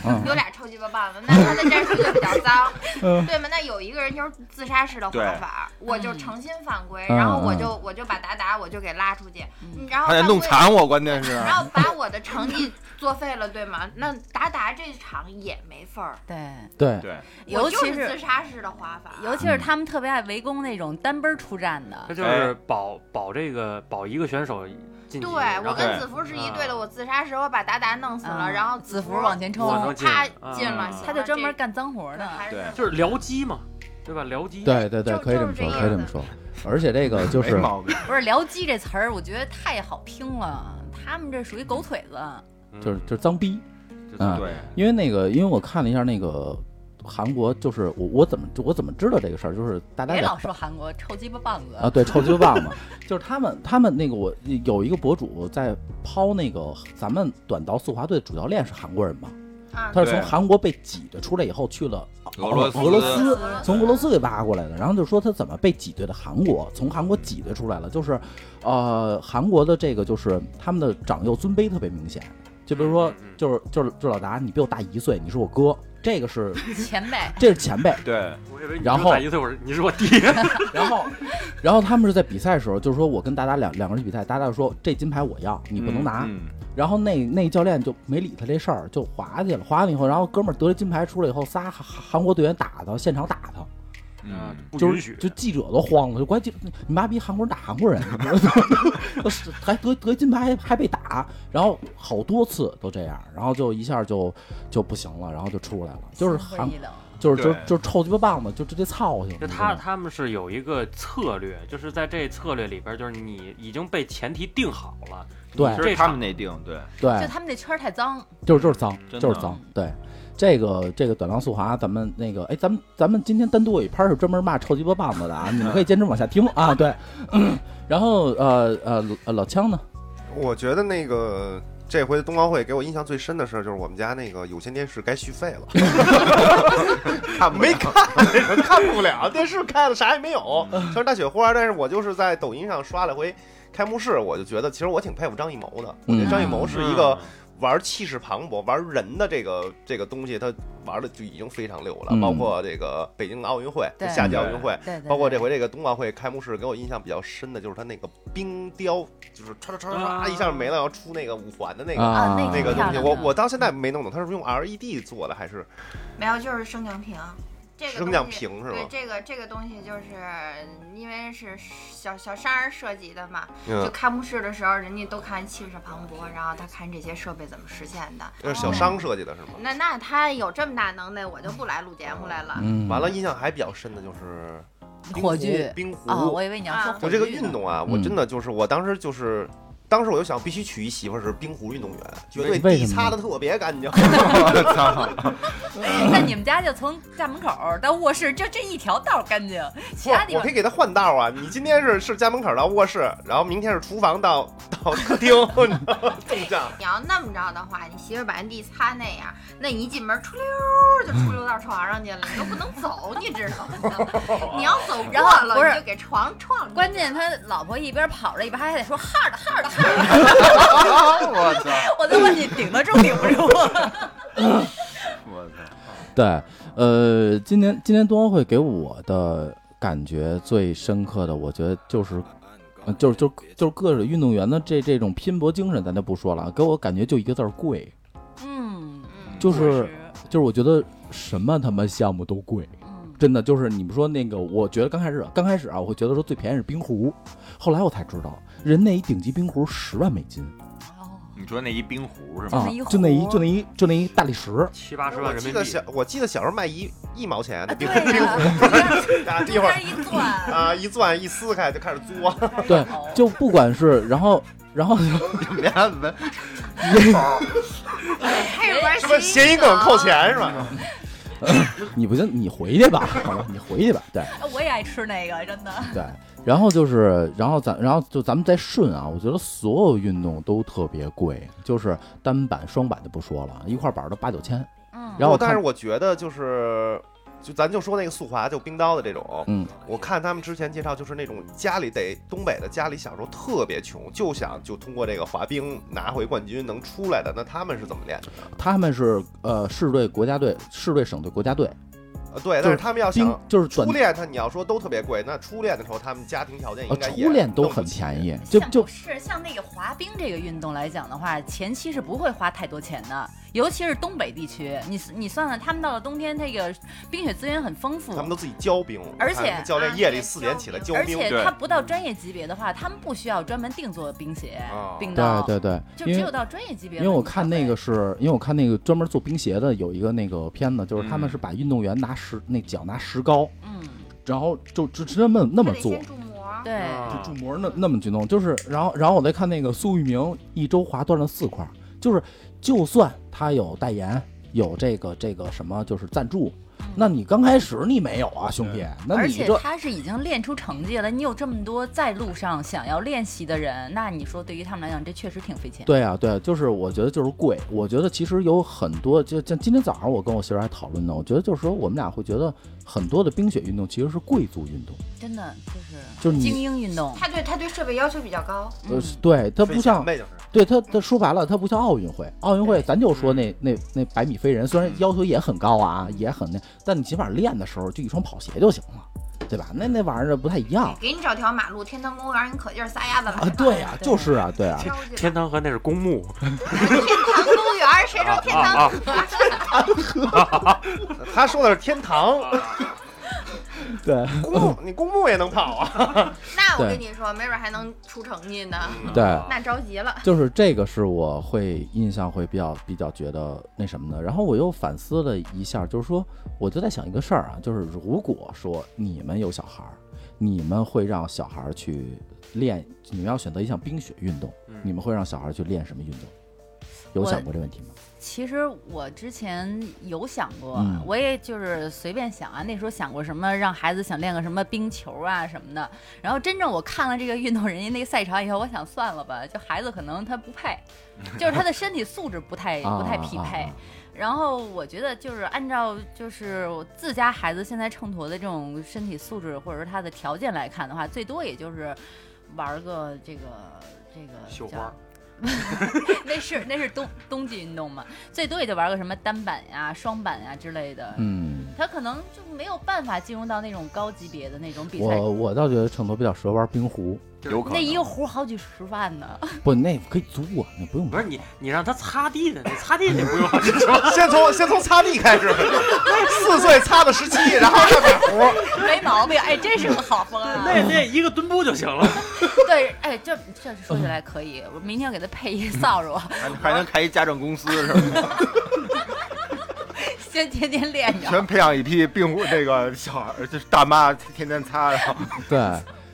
嗯对，有俩臭鸡巴棒子，那他的战术就比较脏，嗯 [LAUGHS] 对吗？那有一个人就是自杀式的滑法，我嗯就诚心犯规，然后我就我就把达达我就给拉出去，嗯然后还得犯弄规残我，关键是。然后把我的成绩作废了，对吗？那达达这场也没分儿，对，对对，尤我就其是自是杀式的滑法，尤其是他们特别爱围攻那种单奔儿出战的嗯他，哎就是保保这个保一个选手晋级，对然我后跟子服是一队的，我自杀时候把达达弄死了，啊然后子服服往前冲，嗯我能进啪进了啊，嗯行了他就专门这干脏活的。还是对就是僚机嘛，对吧？僚机，对对对，就可以这么就是说，这可以这意么思说，而且这个就没是毛病。不是“僚机”这词儿，我觉得太好听了，他们这属于狗腿子。嗯就是就是脏逼，嗯对，因为那个，因为我看了一下那个韩国，就是我我怎么我怎么知道这个事儿，就是大家别在老说韩国臭鸡巴棒子啊，对，臭鸡巴棒嘛，就是他们他们那个我有一个博主在抛那个咱们短道速滑队主教练是韩国人嘛，啊，他是从对韩国被挤兑出来以后去了俄罗斯俄罗斯。斯从俄罗斯给挖过来的，然后就说他怎么被挤兑的韩国，从韩国挤兑出来了，就是，呃，韩国的这个就是他们的长幼尊卑特别明显，就比如说嗯嗯嗯就是就是就是老达，你比我大一岁，你是我哥，这个是前辈，这是前辈，对，我以为你然说后打一岁，我说你是 [LAUGHS] 我弟，嗯然后，然后他们是在比赛的时候，就是说我跟达达两两个人比赛，达达说这金牌我要，你不能拿。嗯然后那那教练就没理他这事儿，就滑去了。滑完以后，然后哥们儿得了金牌出来以后，仨韩韩国队员打他，现场打他，嗯，不就允是许，就记者都慌了，就关记你妈逼韩国人打韩国人， [LAUGHS] 还得得金牌还被打，然后好多次都这样，然后就一下就就不行了，然后就出来了，就是心灰韩意冷就是就对就臭鸡巴棒子就直接操去了。就他他们是有一个策略，就是在这策略里边，就是你已经被前提定好了，对你这这是他们场内定，对，对，就他们这圈儿太脏，就是就是脏，真的就是脏。对，这个这个短道速滑，咱们那个，哎，咱们咱们今天单独有一篇是专门骂臭鸡巴棒子的啊，你们可以坚持往下听啊。对， [LAUGHS] 然后呃呃呃老枪呢？我觉得那个这回冬奥会给我印象最深的事儿就是我们家那个有线电视该续费了，看没 [LAUGHS] 看，看不了，电视开了啥也没有，全是大雪花。但是我就是在抖音上刷了回开幕式，我就觉得其实我挺佩服张艺谋的，我觉得张艺嗯谋是一嗯个。玩气势磅礴、玩人的这个这个东西，他玩的就已经非常溜了。嗯包括这个北京奥运会、对夏季奥运会，对对。包括这回这个冬奥会开幕式，给我印象比较深的就是他那个冰雕，就是唰唰唰唰啊一下没了，然后出那个五环的那个、啊啊，那那个挺漂东亮西，的 E 我我到现在没弄懂，他是用 LED 做的还是没有就是升降屏，这个升降东西，屏是对吗？这个这个东西就是因为是小小商人设计的嘛，就嗯，开幕式的时候，人家都看气势磅礴，然后他看这些设备怎么实现的。这是嗯小商设计的是吗？那那他有这么大能耐，我就不来录节目来了。嗯，完了，印象还比较深的就是冰火壶炬冰壶，啊，我以为你要说啊就火这个炬运呢，动啊，我真的就是我当时就是。当时我就想，必须娶一媳妇儿是冰壶运动员，绝对为地什么擦的特别干净。我操！哎那你们家就从家门口儿到卧室就这一条道儿干净，其他地我方可以给他换道啊！你今天是是家门口到卧室，然后明天是厨房到到客厅，你知道吗？纵向。你要那么着的话，你媳妇把人地擦那样，那你一进门出溜儿就出溜到床上去了，你都不能走，你知道吗？ [LAUGHS] 你要走过然后了，不是你就给床撞进去。关键他老婆一边跑着一边还得说哈的哈的哈的， [LAUGHS] 我操！我就问你顶得住顶不住？ [LAUGHS] 我操！对，呃，今年今年冬奥会给我的感觉最深刻的，我觉得就是，呃就是就是就是各个运动员的这这种拼搏精神，咱就不说了，给我感觉就一个字儿贵，嗯，嗯就确是实就是我觉得什么他妈项目都贵。嗯真的就是你们说那个，我觉得刚开始刚开始啊，我会觉得说最便宜是冰壶，后来我才知道，人那一顶级冰壶十万美金哦你说那一冰壶是吗？啊一，就那一壶就那一就那一大理石，七八十我万人记民得币小，，我记得小时候卖一一毛钱的啊冰对冰呀，壶，啊，一中会儿间一钻，啊一攥一撕开就开始嘬， [LAUGHS] 对， [LAUGHS] 就不管是然后然后你们家门开始玩什么谐音梗扣钱是吧？你不行你回去 [LAUGHS] 吧，好吧，你回去吧，对。哎我也爱吃那个，真的。对，然后就是，然后咱，然后就咱们再顺啊，我觉得所有运动都特别贵，就是单板、双板就不说了，一块板儿都八九千。嗯然后我哦但是看，我觉得就是。就咱就说那个速滑，就冰刀的这种，嗯，啊我看他们之前介绍，就是那种家里得东北的家里小时候特别穷，就想就通过这个滑冰拿回冠军能出来的，那他们是怎么练的呢？他们是呃市队、国家队、市队、省队、国家队，呃，对，就但是是他们要冰想就是短初恋，他你要说都特别贵，那初恋的时候他们家庭条件呃应该也初恋都弄不很起便。宜，就像就不是像那个滑冰这个运动来讲的话，前期是不会花太多钱的，尤其是东北地区，你你算算，他们到了冬天，这个冰雪资源很丰富他，们都自己教兵，嗯而我看且他们教练啊夜对里四点起来教而兵且对他不到专业级别的话，他们不需要专门定做冰鞋、啊。冰刀，对对对，就因只为有到专业级别因的为人才会。我看那个是因为我看那个专门做冰鞋的有一个那个片子，就是他们嗯是把运动员拿石那脚拿石膏，嗯，然后就就就那么那那么做。注膜，对，就啊注膜那那么去弄，就是然后然后我再看那个苏翊鸣一周划断了四块儿，就是就算他有代言，有这个这个什么就是赞助，那你刚开始你没有啊，兄弟，那嗯而你且这他是已经练出成绩了，你有这么多在路上想要练习的人，那你说对于他们来讲，这确实挺费钱。对啊对啊，就是我觉得就是贵，我觉得其实有很多就像今天早上我跟我媳妇儿还讨论呢，我觉得就是说我们俩会觉得很多的冰雪运动其实是贵族运动，真的就是就是精你英运动。他对他对设备要求比较高。呃嗯对它不像费钱呗，就是 [LAUGHS] 对他，他说白了，他不像奥运会。奥运会，咱就说那那那百米飞人，虽然要求也很高啊，也很那，但你起码练的时候就一双跑鞋就行了，对吧？那那玩意儿不太一样给你找条马路，天堂公园，你可劲儿撒丫子来吧啊。对呀、对就是啊，对啊，挑去吧天堂河那是公墓，堂公园，谁说天啊堂公园？他说的是天堂对公墓，你公墓也能跑啊？ [LAUGHS] 那我跟你说，没准还能出成绩呢。对，那着急了，就是这个是我会印象会比较比较觉得那什么的。然后我又反思了一下，就是说，我就在想一个事儿啊，就是如果说你们有小孩儿，你们会让小孩儿去练，你们要选择一项冰雪运动，你们会让小孩儿去练什么运动？有嗯我想过这问题吗？其实我之前有想过，嗯我也就是随便想啊，那时候想过什么让孩子想练个什么冰球啊什么的。然后真正我看了这个运动人家那个赛场以后，我想算了吧，就孩子可能他不 [LAUGHS] 配，就是他的身体素质不太啊不太匹配。啊啊然后我觉得就是按照就是我自家孩子现在秤砣的这种身体素质或者是他的条件来看的话，最多也就是玩个这个这个绣叫花儿。那是那是冬冬季运动嘛，最多也就玩个什么单板呀、双板呀之类的。嗯，他可能就没有办法进入到那种高级别的那种比赛。我我倒觉得秤砣比较适合玩冰壶，有可能那一个壶好几十万呢，不，那可以租啊，那不用买。不是你，你让他擦地呢？你擦地你不用 [LAUGHS] 什么？先从先从擦地开始，四岁擦的十七，然后再买壶。没毛病。哎，这是个好方案、那那一个墩布就行了。对，哎，这这说起来嗯可以，我明天给他配一扫帚，还还能开一家政公司是吧？先天天练着。 [LAUGHS] 全培养一批病户那个小孩儿，就是大妈天天擦，然后 [LAUGHS] 对，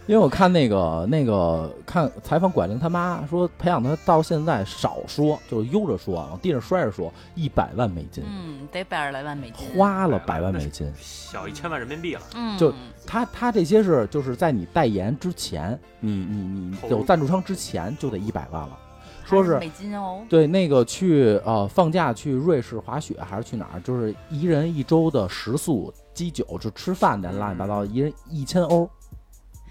因为我看那个那个看采访拐玲他妈说，培养他到现在少说，就是悠着说，啊往地上摔着说，一百万美金、嗯，得百十来万美金。花了百万美金，小一千万人民币了，嗯，就他他这些是就是在你代言之前，你嗯嗯你你有赞助商之前就得一百万了，说还是美金哦，对，那个去呃放假去瑞士滑雪还是去哪儿，就是一人一周的食宿、鸡酒，就吃饭的乱七八糟，一人一千欧，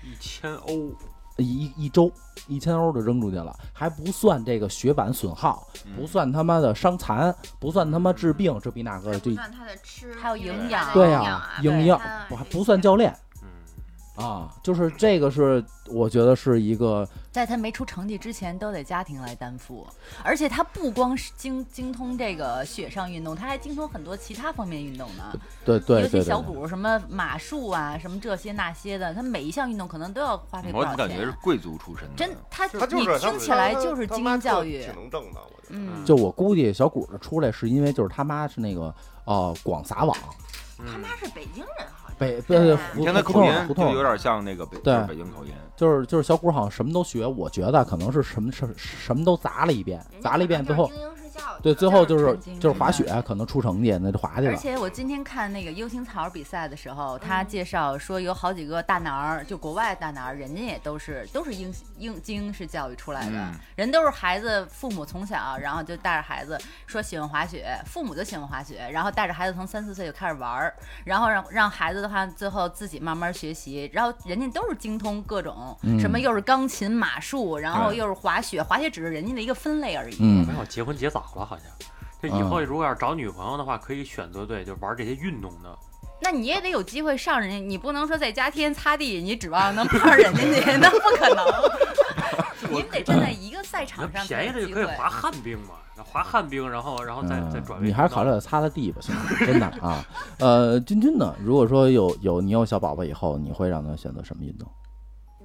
一千欧，一一周一千欧就扔出去了，还不算这个雪板损耗，嗯不算他妈的伤残，不算他妈治病，这比那个就算他的吃，还有营养对啊呀、呀、对营养啊我还这不些算教练嗯，啊，就是这个是我觉得是一个在他没出成绩之前，都得家庭来担负。而且他不光是精精通这个雪上运动，他还精通很多其他方面运动呢，对对尤对其对小对，鼓什么马术啊，什么这些那些的，他每一项运动可能都要花费不我少怎么感觉是钱。贵族出身的？真，他他就你是听起来就是精英教育挺，能挣的。我觉得嗯，就我估计小谷子出来是因为就是他妈是那个呃广撒网。他嗯妈是北京人，好像北不对啊是吧胡你听他胡口同音胡就同有点像那个北，对就是北京口音。就是就是小谷好像什么都学，我觉得可能是什么什什么都砸了一遍，砸了一遍，最后人家可能就是精英是教育对最后就是正经的就是滑雪啊可能出成绩，那就滑去而了。且我今天看那个 U 型草比赛的时候，他介绍说有好几个大男儿，就国外大男儿，人家也都是都是英英精英式教育出来的，嗯人都是孩子父母从小，然后就带着孩子说喜欢滑雪，父母就喜欢滑雪，然后带着孩子从三四岁就开始玩儿，然后让让孩子的话最后自己慢慢学习，然后人家都是精通各种、嗯什么，又是钢琴、马术，然后对又是滑雪，滑雪只是人家的一个分类而已。嗯没有结婚结早了好像。就以后如果要是找女朋友的话，可以选择对，就玩这些运动的。那你也得有机会上人家，你不能说在家天天擦地，你指望能碰上人家去，那不 [LAUGHS] 可能。你们得站在一个赛那场上才嗯便宜的有就机可以会。嗯滑旱冰嘛，那滑旱冰，然后然后再再转嗯，为你还是考虑擦擦地吧，行吗？真的啊。呃，君君呢？如果说有有你有小宝宝以后，你会让他选择什么运 [LAUGHS] 动？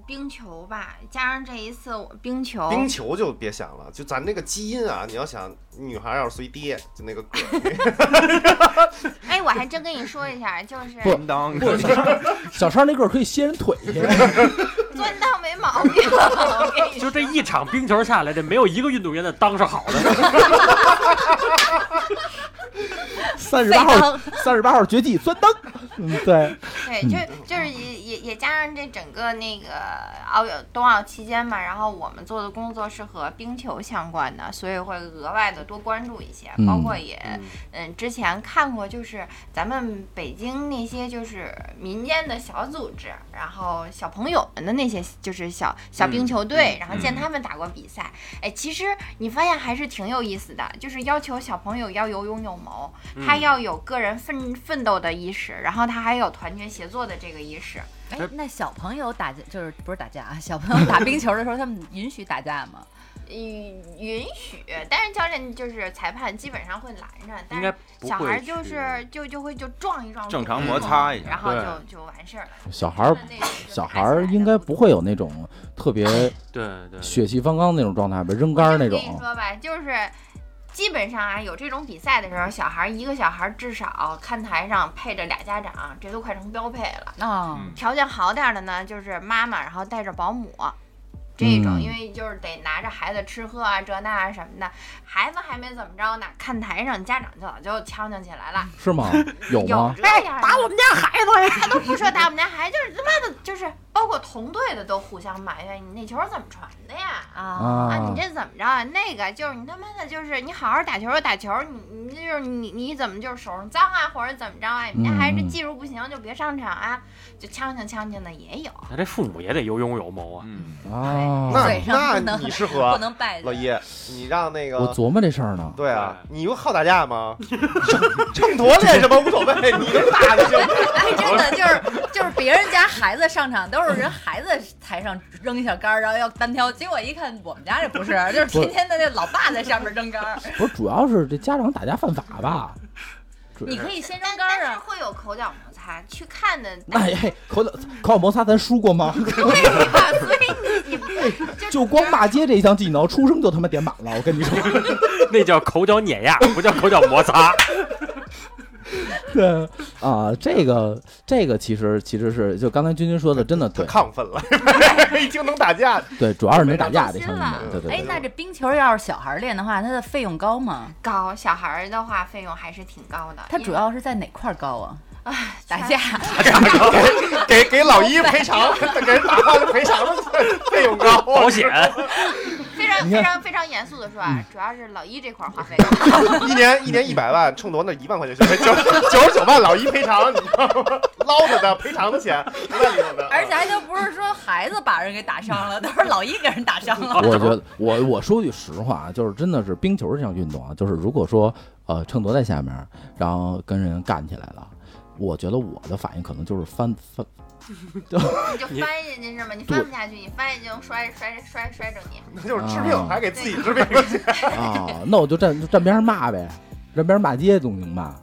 冰球吧，加上这一次我 [LAUGHS] 冰球，冰球就别想了，就咱这个基因啊，你要想女孩要是随爹，就那个个儿哎，我还真跟你说一下，就是不叮当，不，小超那个可以歇人腿去。钻裆没毛病。我跟你就说这一场冰球下来，这没有一个运动员的裆是好的。 [LAUGHS] 三十八号，三十八号绝技钻裆。嗯，对， [LAUGHS] 对，就是就是也也也加上这整个那个奥运冬奥期间嘛，然后我们做的工作是和冰球相关的，所以会额外的多关注一些，嗯包括也嗯之前看过，就是咱们北京那些就是民间的小组织，然后小朋友们的那些就是小小冰球队，然后见他们打过比赛，哎，其实你发现还是挺有意思的，就是要求小朋友要有勇有谋，他要有个人奋奋斗的意识，然后他还有团结协作的这个意识。哎这，那小朋友打架就是不是打架啊？小朋友打冰球的时候，他们允许打架吗？允允许，但是教练就是裁判基本上会拦着，但应该是不小会孩就去是就就会就撞一撞，正常摩擦一下然后对就就完事儿了。小孩儿他们 [SNIFFS] 那种就小打起孩儿来应的该不不会有那种特别对对，血气方刚那种状态吧，扔杆儿那种我。跟你说吧，就是基本上啊，有这种比赛的时候，小孩儿一个小孩儿至少看台上配着俩家长，这都快成标配了。啊、嗯条件好点儿的呢，就是妈妈，然后带着保姆。这种，嗯因为就是得拿着孩子吃喝啊，这那啊什么的，孩子还没怎么着呢，看台上家长就早就呛呛起来了，是吗？有吗？这样的哎打我们家孩子呀！他都不说打我们家孩子，就是他妈的，就是包括同队的都互相埋怨，你那球怎么传的呀？啊，啊，啊你这怎么着啊？那个就是你他妈的，就是你好好打球就打球，你你那就是你你怎么就是手上脏啊，或者怎么着啊？你家孩子这技术不行就别上场啊，就呛呛呛呛的也有。那这父母也得有勇有谋啊。嗯，啊，那嘴上不那能你适不合能败老的。一，你让那我个。琢磨这事儿呢。对啊，你不好打架吗？挣挣多练什么无所谓，你能打就行。哎，真的就是就是别人家孩子上场都是人孩子台上扔一下杆儿，然后要单挑，结果一看我们家这不是，就是天天的那老爸在上面扔杆儿。不是，主要是这家长打架犯法吧？主你可以先但扔杆儿但是啊， [LAUGHS] 会有口角摩擦，去看的那嘿，口角口角摩擦咱输过吗？ [LAUGHS] 对呀，所以你你就就光骂街这一项技能，出生就他妈点满了。我跟你说，那叫口角碾压，不叫口角摩擦。对啊，这个这个其实其实是就刚才君君说的，真的对亢奋了， [LAUGHS] 一听能打架，对，主要是能打架这项心技了能，对对哎对，。那这冰球要是小孩儿练的话，它的费用高吗？高小孩儿的话，费用还是挺高的。它主要是在哪块儿高哎啊？因为打架， [LAUGHS] 给给老一赔偿，给人打坏了赔偿的费用高。啊保险，非常你看非常非常严肃的说啊，主要是老一这块儿花费高。一年一年一百万，冲多那一万块钱消费，九九十九万老一赔偿，你知道吗？捞着的赔偿的钱，不在里头啊的。而且还都不是说孩子把人给打伤了，都是老一给人打伤 [LAUGHS] 了。我觉 [LAUGHS] 得，我我说句实话，啊就是真的是冰球这项运动啊，就是如果说呃秤砣在下面，然后跟人干起来了，我觉得我的反应可能就是翻翻，你就翻人家是吗？你翻不下去，你翻人家就摔摔摔摔着你。那就是治啊病，还给自己治病去。啊，那我就站就站边上骂呗，站边上骂街总行吧？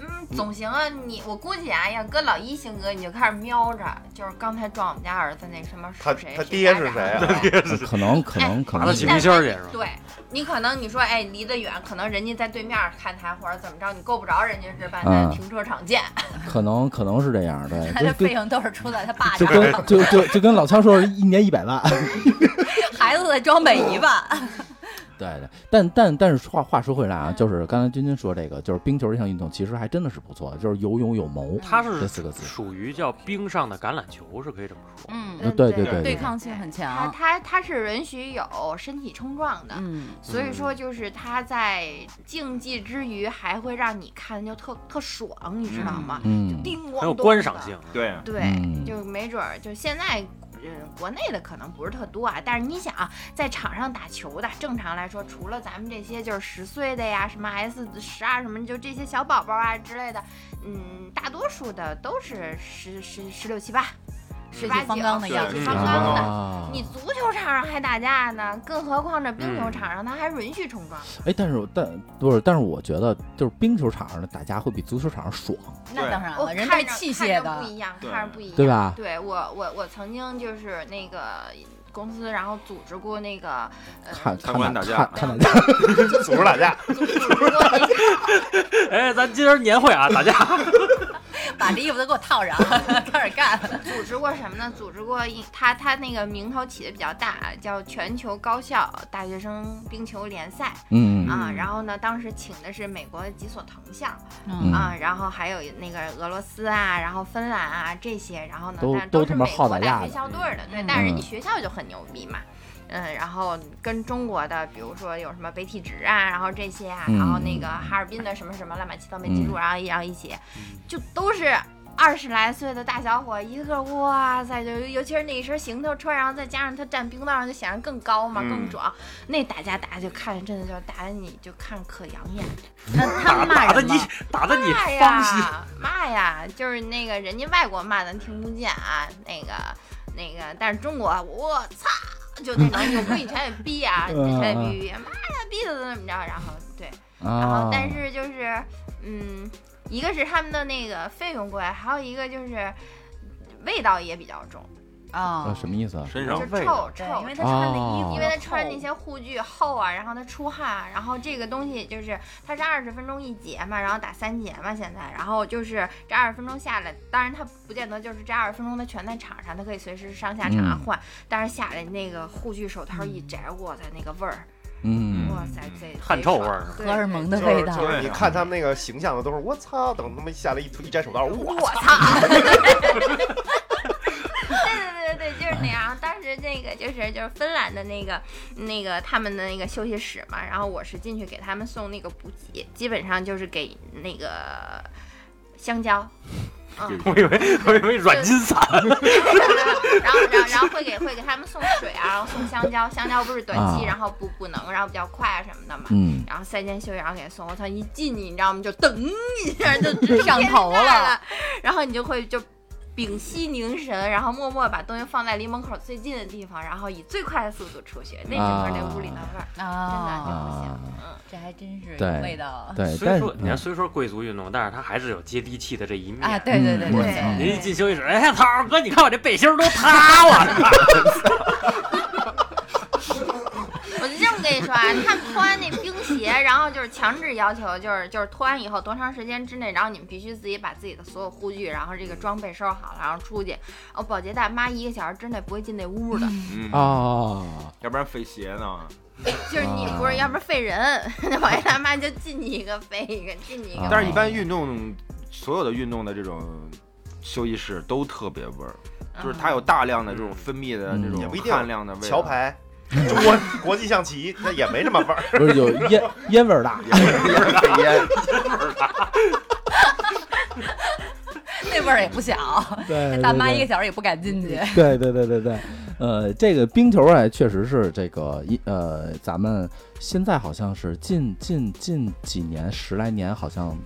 嗯，总行啊，你我估计啊，要搁老一性格，你就开始瞄着，就是刚才撞我们家儿子那什么他是谁，他谁爹家是长谁啊对可能可能可拿能哎得起冰心儿去是吧对你可能你说哎离得远，可能人家在对面看他或者怎么着，你够不着人家是吧？那嗯停车场见。可能可能是这样，对，他就的跟费用都是出在他爸就这儿，跟就就就跟老枪说，一年一百万。 [LAUGHS] 孩子的装备一万。对对，但但但是话话说回来啊，就是刚才君君说这个，就是冰球这项运动其实还真的是不错的，就是有勇有谋它这是四个字。属于叫冰上的橄榄球，是可以这么说。嗯嗯，对对对对抗性很他强。他他是允许有身体冲撞的，嗯，所以说就是他在竞技之余还会让你看就特特爽，你知道吗？嗯叮咣咚的很有观赏性。对，对，嗯就没准儿就现在。嗯，国内的可能不是特多啊，但是你想啊，在场上打球的，正常来说，除了咱们这些就是十岁的呀，什么 S 十二什么，就这些小宝宝啊之类的，嗯，大多数的都是十十十六七八、十血八气九，方刚的样子血气。嗯方刚的。啊，你足球场上还打架呢，更何况这冰球场上他还允许冲撞，哎，但是我但不是，但是我觉得就是冰球场上的打架会比足球场上爽，那当然我了，人看带着器械看着不的。一样，对看着不一样，对吧？对我我我曾经就是那个公司，然后组织过那个呃，看参看观打打架看看 [LAUGHS] 打架，啊组织打架，组织过那个 [LAUGHS] 哎，咱今儿年会啊， [LAUGHS] 打架。把这衣服都给我套上， [LAUGHS] 开始干。组织过什么呢？组织过一他他那个名头起的比较大，叫全球高校大学生冰球联赛嗯啊。然后呢，当时请的是美国的几所藤校嗯啊，然后还有那个俄罗斯啊，然后芬兰啊这些，然后呢，都但都是他妈美好国打大架学的校队儿的，对嗯，但是人家学校就很牛逼嘛。嗯，然后跟中国的，比如说有什么北体直啊，然后这些啊，嗯然后那个哈尔滨的什么什么乱七八糟没记住，嗯然后然后一起，就都是二十来岁的大小伙，一个哇塞，就尤其是那一身行头穿，然后再加上他站冰道上就显得更高嘛，嗯更壮。那打架打就看，真的就打得你就看可养 [LAUGHS] 眼，那他们骂打的人你吗？，打的你骂芳心。呀骂呀，就是那个人家外国骂咱听不见啊，那个那个，但是中国我操。就那种有规矩全得逼啊，嗯全得逼逼，妈的逼的怎么着？然后对，然后啊，但是就是，嗯，一个是他们的那个费用贵，还有一个就是味道也比较重，呃啊，什么哦意思啊？身就上是味臭道臭对，，因为他穿的衣服，因为他穿那些护具厚啊，然后他出汗啊，然后这个东西就是它是二十分钟一节嘛，然后打三节嘛，现在，然后就是这二十分钟下来，当然他不见得就是这二十分钟他全在场上，他可以随时上下场啊嗯换，但是下来那个护具手套一摘，哇塞那个味儿，嗯，哇塞这汗臭味儿是吧荷尔蒙的就是味道就。是你看他们那个形象的都是我操，等他们下来一推一摘手套，我我操！对对对对，就是那样。当时是那个就是就是芬兰的那个那个他们的那个休息室嘛，然后我是进去给他们送那个补给，基本上就是给那个香蕉。嗯，我以为我以为软金伞，哎然后然后然后会给会给他们送水啊，然后送香蕉，香蕉不是短期，啊然后不不能，然后比较快啊什么的嘛。嗯，然后赛间休息，然后给送。我操，一进去你知道吗？就噔一下就直上头了了，然后你就会就屏息凝神，然后默默把东西放在离门口最近的地方，然后以最快的速度出去。那整个那屋里的味儿，真啊，的就不行。啊嗯，这还真是有对味道对，虽但说你看，嗯虽说贵族运动，但是它还是有接地气的这一面。啊！对对对嗯我对操您对一进休息室，哎呀，涛儿哥，你看我这背心儿都塌了。我就这么跟你说啊，他们脱完那冰鞋，然后就是强制要求，就是就是脱完以后多长时间之内，然后你们必须自己把自己的所有护具，然后这个装备收拾好了，然后出去。哦，保洁大妈一个小时之内不会进那屋的，嗯，哦，要不然费鞋呢。就是你不是，要不然废人， [LAUGHS] 那保洁大妈就进你一个废一个，进你一个啊。但是，一般运动，所有的运动的这种休息室都特别味儿，就是它有大量的这种分泌的嗯这也不一种定汗量的味道。桥 [LAUGHS] 牌，中国国际象棋，那也没这么味儿。啊不是有烟烟味儿大， [LAUGHS] 也烟，那味儿也不小，对，大对妈对一个小时也不敢进去。 [LAUGHS] 对对对对对，呃，这个冰球啊，确实是这个一呃，咱们现在好像是近近近几年十来年，好像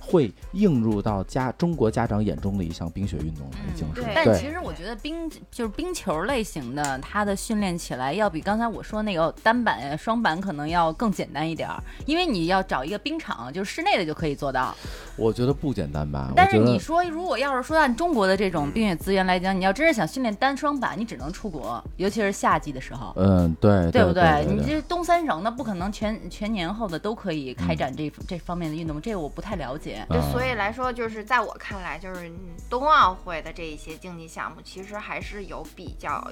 会映入到家中国家长眼中的一项冰雪运动了，已经是对但对其实我觉得冰就是冰球类型的，它的训练起来要比刚才我说那个单板、双板可能要更简单一点儿，因为你要找一个冰场，就是室内的就可以做到。我觉得不简单吧？我但是觉你得说，如果要是说按中国的这种冰雪资源来讲，你要真是想训练单双板，你只能出国，尤其是夏季的时候。嗯，对对对不对你对，这东三省那不可能全全年候的都可以嗯开展这、这方面的运动，这个我不太了解。就啊所以来说，就是在我看来，就是嗯冬奥会的这一些竞技项目，其实还是有比较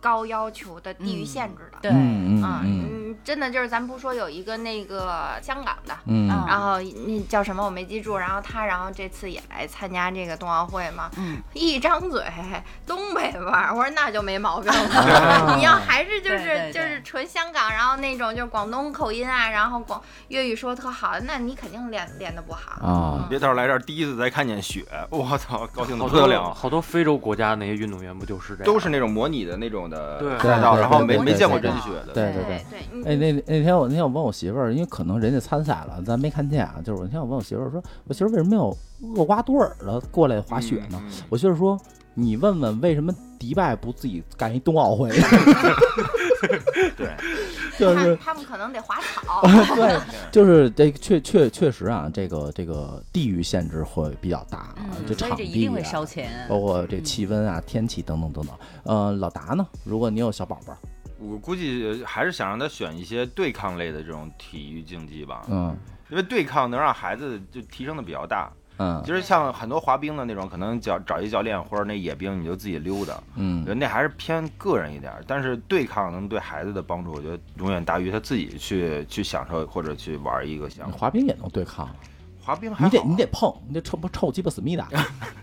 高要求的地域嗯限制的。对，嗯啊嗯嗯，真的就是咱不说有一个那个香港的，嗯啊嗯，然后那叫什么我没记住，然后他然后这次也来参加这个冬奥会嘛，嗯，一张嘴东北味儿，我说那就 [LAUGHS] 没毛病啊了。你要还是就是对对对就是纯香港，然后那种就是广东口音啊，然后广粤语说特好，那你肯定练练的不好哦啊别到时候来这儿第一次才看见雪，我操，高兴 [LAUGHS] 的好不得多了。好多非洲国家那些运动员不就是这样？都是那种模拟的那种的对赛道，对然后对没对没对见过对真对雪的。对对对对。对，你哎，那那天我那天我问我媳妇儿，因为可能人家参赛了，咱没看见啊。就是我那天我问我媳妇儿说，我媳妇儿为什么有厄瓜多尔的过来滑雪呢？嗯？嗯我媳妇儿说，你问问为什么迪拜不自己干一冬奥会？ [LAUGHS] 对，就是，他他们可能得滑草对，就是这确确确实啊，这个这个地域限制会比较大啊，嗯，这所场以这一地定会啊烧，钱。包括这气温啊、天气等等等等。呃，老达呢，如果你有小宝宝，我估计还是想让他选一些对抗类的这种体育竞技吧，嗯因为对抗能让孩子就提升的比较大。嗯其实像很多滑冰的那种，可能找找一教练或者那野冰你就自己溜达，嗯那还是偏个人一点儿。但是对抗能对孩子的帮助，我觉得永远大于他自己去去享受或者去玩一个项目。滑冰也能对抗。滑冰还你得好啊你得碰，你得臭臭鸡巴思密 [LAUGHS] 达，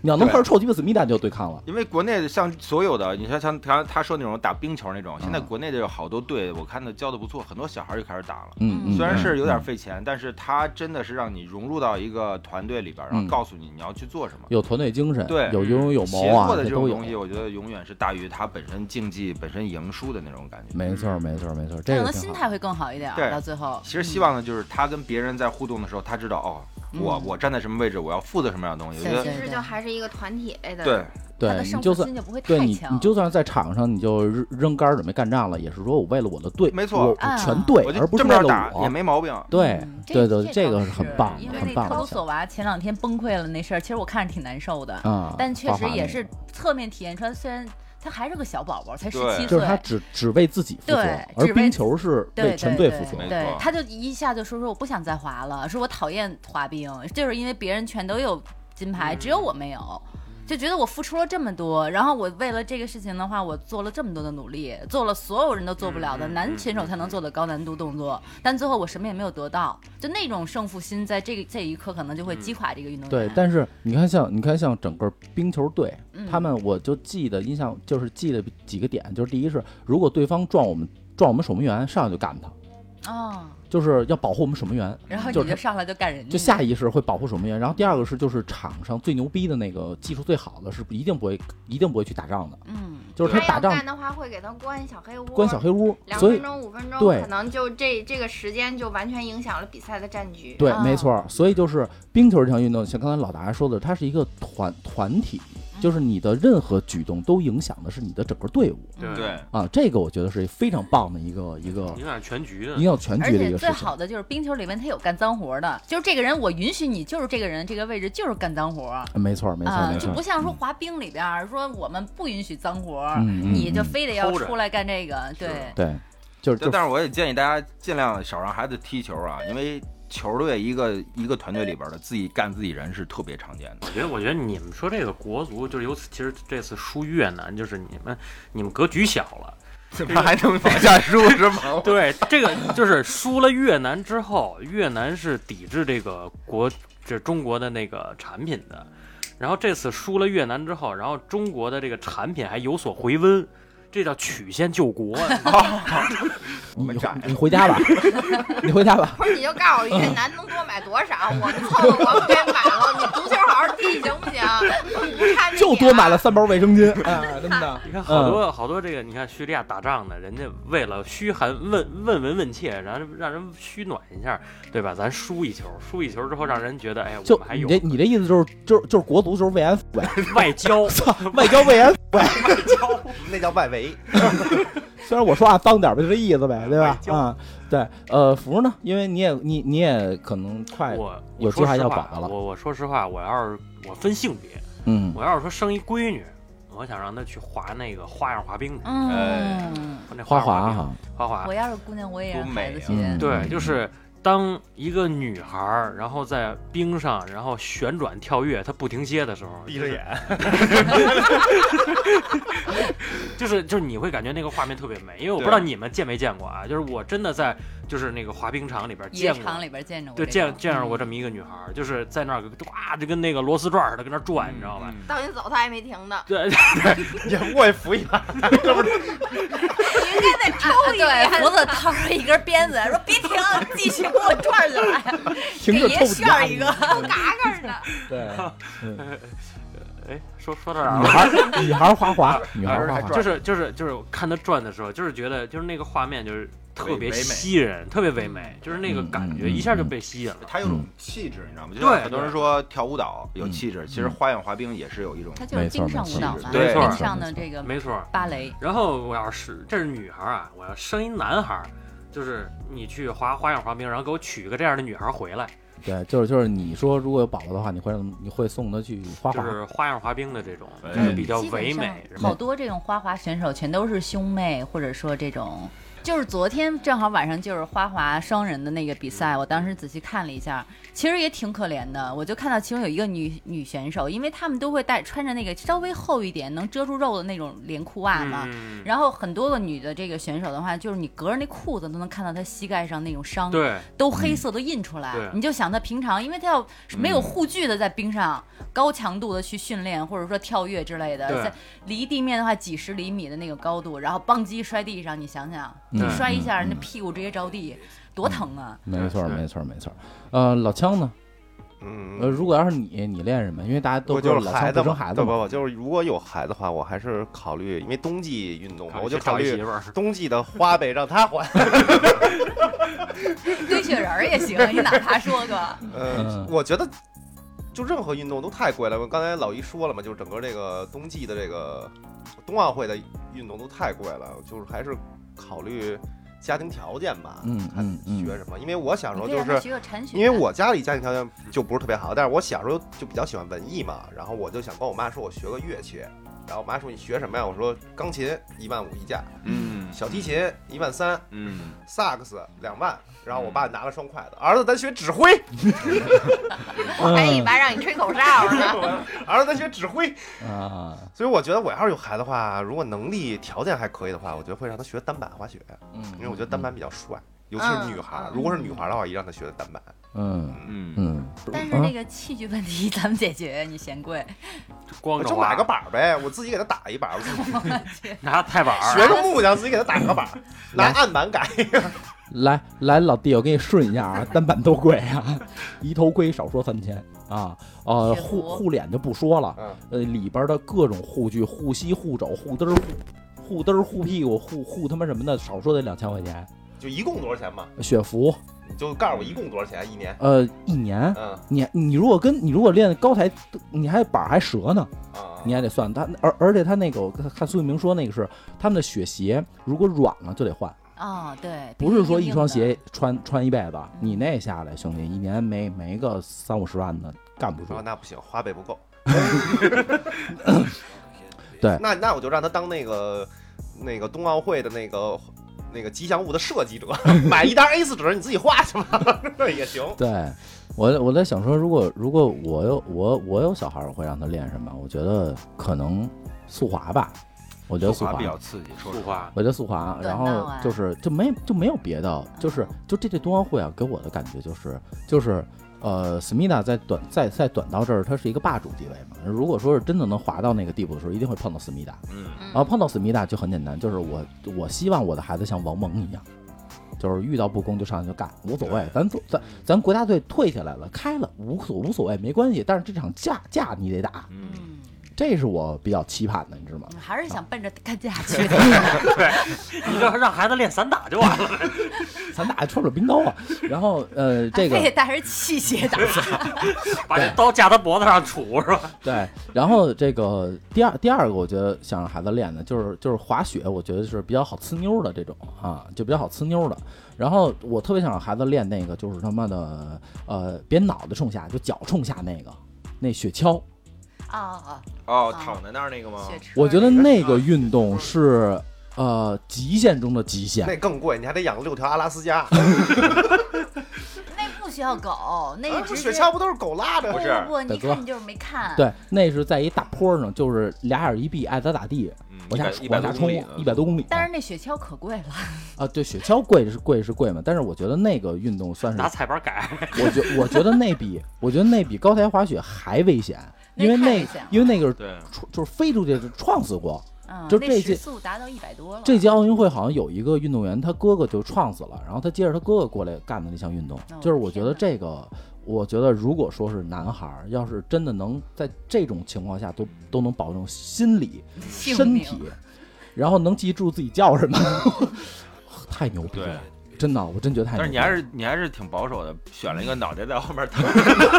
你要能碰上臭鸡巴思密达，你就对抗了。因为国内的像所有的，你说像他他说那种打冰球那种，现在嗯国内的有好多队，我看他教的不错，很多小孩就开始打了。嗯，嗯虽然是有点嗯费钱，但是他真的是让你融入到一个团队里边，然嗯后告诉你你要去做什么。有团队精神，对有有勇有协谋啊，作的这这都种有东。西，我觉得永远是大于他本身竞技本身赢输的那种感觉。没错，没错，没错，可这能个心挺好态会更好一点儿，对到最后。其实嗯希望呢，就是他跟别人在互动的时候，他知道哦，我嗯我站在什么位置，我要负责什么样的东西。我对觉其得实就还是一个团体的。对，他的对，你胜就负算心就不会太对你强。嗯你就算在场上，你就扔扔杆儿准备干仗了，也是说我为了我的队，没错我我啊全队我，就而不是这么为着了打也我。没毛病。对嗯对这对，这这个倒是很棒因的，为很那棒克鲁的索娃前两天崩溃了那事儿，其实我看着挺难受的，啊！但确花实滑也那是个侧面体验出来，虽然他还是个小宝宝，才十对七就是他岁。只只为自己负责对，而只为冰球是为对全对队对负责。没对错，他就一下就说说我不想再嗯滑了，说我讨厌滑冰，就是因为别人全都有金牌，只有我没有，就觉得我付出了这么多，然后我为了这个事情的话，我做了这么多的努力，做了所有人都做不了的嗯嗯男选手才能做的高难度动作，但最后我什么也没有得到，就那种胜负心在这个这一刻可能就嗯会击垮这个运动员。对，但是你看像你看像整个冰球队，嗯他们我就记得印象就是记得几个点，就是第一是如果对方撞我们撞我们守门员，上来就干他，哦，就是要保护我们守门员，然后就你是他就上来就干人家，就下意识会保护守门员。然后第二个是就是场上最牛逼的那个技术最好的是一定不会一定不会去打仗的，嗯，就是他打要仗干的话，会给他关小黑屋，关小黑屋，两所以分钟、五分钟，对可能就这这个时间就完全影响了比赛的战局。对，啊没错儿。所以就是冰球这项运动，像刚才老达说的，它是一个团团体，就是你的任何举动都影响的是你的整个队伍对对，啊。这个我觉得是非常棒的一个一嗯个影响全局呢影。响全而局的一且个事最情。好的就是冰球里面他有干脏活的，就是这个人我允许你就是这个人这个位置就是干脏活，啊、啊没错儿，没错儿，没错就儿。不像说滑冰里边儿说我们不允许脏活，嗯嗯你就嗯非得要偷着出来干这个，对。对，就是就就但是我也建议大家尽量少让孩子踢球啊，因为球队一个一个团队里边的自己干自己人是特别常见的。 [LAUGHS] 我觉得，我觉得你们说这个国足，就是尤其其实这次输越南，就是你们你们格局小了。怎么还能往下输是 [LAUGHS] 吗？对，这个就是输了越南之后，越南是抵制这个国这中国的那个产品的。然后这次输了越南之后，然后中国的这个产品还有所回温，这叫曲线救国。啊你们你窄你回家 [LAUGHS] 吧，你回家吧。不是，你就告诉我嗯越南能多买多少，我们凑合我们给买了。你足球好好踢行不行？不差这就点啊多买儿了三包卫生巾，啊哎，真的。你看好嗯多、好多这个，你看叙利亚打仗的，人家为了嘘寒问问闻问切，然后让人嘘暖一下，对吧？咱输一球，输一球之后让人觉得， [LAUGHS] 哎呀，我就们还你有这你这意思就是就是就是国足就是慰安妇 [LAUGHS] 呗，[LAUGHS] 外交，外交慰安妇。 [LAUGHS] 那叫外围。虽然我说话脏点儿吧，就这意思呗，对吧外？交啊、对，呃，福呢？因为你也你你也可能快，我哎有我计说划实要话搞的了我我说实话，我要是我分性别，嗯，我要是说生一闺女，我想让她去滑那个花样滑冰去，哎嗯，那花样滑滑冰哈，花滑我，要是姑娘，我也多让孩美子啊去。嗯对，就是当一个女孩儿，然后在冰上，然后旋转跳跃，她不停歇的时候，闭着 [LAUGHS] 眼，就是就是你会感觉那个画面特别美，因为我不对知道你们见没见过啊，就是我真的在就是那个滑冰场里边夜见过场。里边见着我对，这种，见见着过嗯这么一个女孩儿，就是在那儿哇，就跟那个螺丝转似的，跟那儿转，你知道嗯吧？嗯到你走，他还没停呢。对，也我也服一把，应该得抽啊一对，遍胡子掏出一根鞭子，说 [LAUGHS] 别停，继续给我转起 [LAUGHS] 来，停着给抽爷不炫儿一个。嘎嘎呢。 [LAUGHS] 对，哎，说说到哪儿女了？孩儿女孩儿花 [LAUGHS] 滑，女孩儿花还滑转，啊就是就是就是看他转的时候，就是觉得就是那个画面就是特别唯唯美吸引人，特别唯美，就是那个感觉嗯嗯一下就被吸引了。他有嗯种气质，你知道吗？就对像很多人说跳舞蹈有气质，其实花样滑冰也是有一种他就是冰上舞蹈嘛，没错没错冰上的这个没错儿。芭蕾，然后我要是这是女孩儿啊，我要生一男孩儿，就是你去滑花样滑冰，然后给我娶一个这样的女孩儿回来，对，就是就是你说如果有宝宝的话，你会让你会送她去花就滑，是花样滑冰的这种，哎就是比较基本唯上美。好多这种花滑选手全都是兄妹，或者说这种。就是昨天正好晚上就是花滑双人的那个比赛，我当时仔细看了一下，其实也挺可怜的。我就看到其中有一个女女选手，因为她们都会带穿着那个稍微厚一点能遮住肉的那种连裤袜嘛，嗯，然后很多个女的这个选手的话，就是你隔着那裤子都能看到她膝盖上那种伤，嗯对，都黑色都印出来。对你就想她平常，因为她要是没有护具的，在冰上、高强度的去训练，或者说跳跃之类的，对在离地面的话几十厘米的那个高度，然后邦叽摔地上，你想想，嗯就摔一下，嗯人家屁股直接着地，多疼啊！没错儿对没错儿没错儿。呃，老枪呢？呃，嗯，如果要是你，你练什么？因为大家都我知道就是老孩枪子不嘛，生孩子对嘛，不不，就是如果有孩子的话，我还是考虑，因为冬季运动嘛，我就去找考一媳虑妇儿。冬季的花呗 [LAUGHS] 让他还。 [LAUGHS] 堆雪人儿也行，你哪怕说个，呃嗯，我觉得就任何运动都太贵了。我刚才老一说了嘛，就是整个这个冬季的这个冬奥会的运动都太贵了，就是还是考虑家庭条件吧，嗯看嗯嗯学什么。因为我小时你候可以就让她是学个铲雪，因为我家里家庭条件就不是特别好，但是我小时候就比较喜欢文艺嘛，然后我就想跟我妈说我学个乐器，然后我妈说你学什么呀？我说钢琴一万五一架，嗯小提琴一万三，嗯，萨克斯两万。然后我爸拿了双筷子，儿子咱学指挥，嗯我还以为哎让你吹口哨 [LAUGHS] 呢。儿子咱学指挥。 [LAUGHS] 啊，所以我觉得我要是有孩子的话，如果能力条件还可以的话，我觉得会让他学单板滑雪，嗯，因为我觉得单板比较帅，尤其是女孩儿。嗯如果是女孩儿的话，一定让她学的单板。嗯嗯嗯，嗯，但是那个器具问题 [LAUGHS] 咱们解决，你嫌贵。光我着就买个板儿呗，我自己给他打一板儿，我自己拿钛板儿，学个木匠自己给他打个板儿，拿来案板改。来来，老弟，我给你顺一下啊，单板多贵啊，一头盔少说三千啊，呃，雪护服护脸就不说了，嗯呃，里边的各种护具、护膝、护肘、护嘚儿、护护嘚儿、护屁股、护护他妈什么的，少说得两千块钱。就一共多少钱嘛？雪服，你就告诉我一共多少钱一年？呃，一年，嗯你你如果跟你如果练高台，你还板儿还折呢，啊，你还得算他，而而且他那个我看苏翊鸣说那个是他们的雪鞋，如果软了就得换。啊，对，不是说必须一双硬的，嗯鞋穿穿一辈子，你那下来，兄弟，一年没没个三五十万的干不住啊，。那不行，花呗不 [LAUGHS] 够。对那那我就让他当那个那个冬奥会的那个那个吉祥物的设计者， [LAUGHS] 买一沓 A 4纸，你自己画去吧， [LAUGHS] 这也行。对，我我在想说，如果如果我有我我有小孩儿，我会让他练什么？我觉得可能速滑吧，我觉得速速滑滑比较刺激，说实不话，花。我觉得速滑，短然道后啊嗯就是就没就没有别的，就是就这届冬奥会啊，给我的感觉就是就是呃，思密达在短在在短道这儿，他是一个霸主地位嘛。如果说是真的能滑到那个地步的时候，一定会碰到思密达。嗯然后碰到思密达就很简单，就是我我希望我的孩子像王蒙一样，就是遇到不公就上去就干，无所谓，咱走嗯咱咱国家队退下来了，开了无所无所谓，没关系。但是这场架架你得打，嗯，嗯，这是我比较期盼的，你知道吗？还是想奔着干架 [LAUGHS] 去的。你就让孩子练散打就完了。咱打穿不了冰刀啊。然后呃，这个非得带着器械打，把这刀架他脖子上杵是吧？对，然后这个第二第二个，我觉得想让孩子练的就是就是滑雪，我觉得是比较好呲妞的这种啊，就比较好呲妞的。然后我特别想让孩子练那个，就是他妈的呃，别脑袋冲下，就脚冲下那个那雪橇。啊啊，哦，啊躺在那儿那个吗？雪车，我觉得那个运动是呃极限中的极限。那更贵，你还得养六条阿拉斯加。那不需要狗，那啊直雪接橇不都是狗拉不的？是不，你大哥看你就是没看，对，那是在一大坡上，就是俩眼一闭，爱咋咋地，嗯，往下一百往多下公冲里，，嗯一百多公里。但是那雪橇可贵了，啊，对，雪橇贵是贵是贵嘛，但是我觉得那个运动算是拿彩板改， [LAUGHS] 我觉我觉得那比我觉得那比高台滑雪还危险，因为那太那危险了因为那个是对，出就是飞出去是撞死过。嗯，就那这时些速达到一百多了，这届奥运会好像有一个运动员，他哥哥就撞死了，然后他接着他哥哥过来干的那项运动，哦就是我觉得天这个，我觉得如果说是男孩儿，要是真的能在这种情况下都都能保证心理、性身命体，然后能记住自己叫什么， [LAUGHS] 太牛逼了！真的，我真觉得太但牛是逼了。你还是你还是挺保守的，选了一个脑袋在后面躺，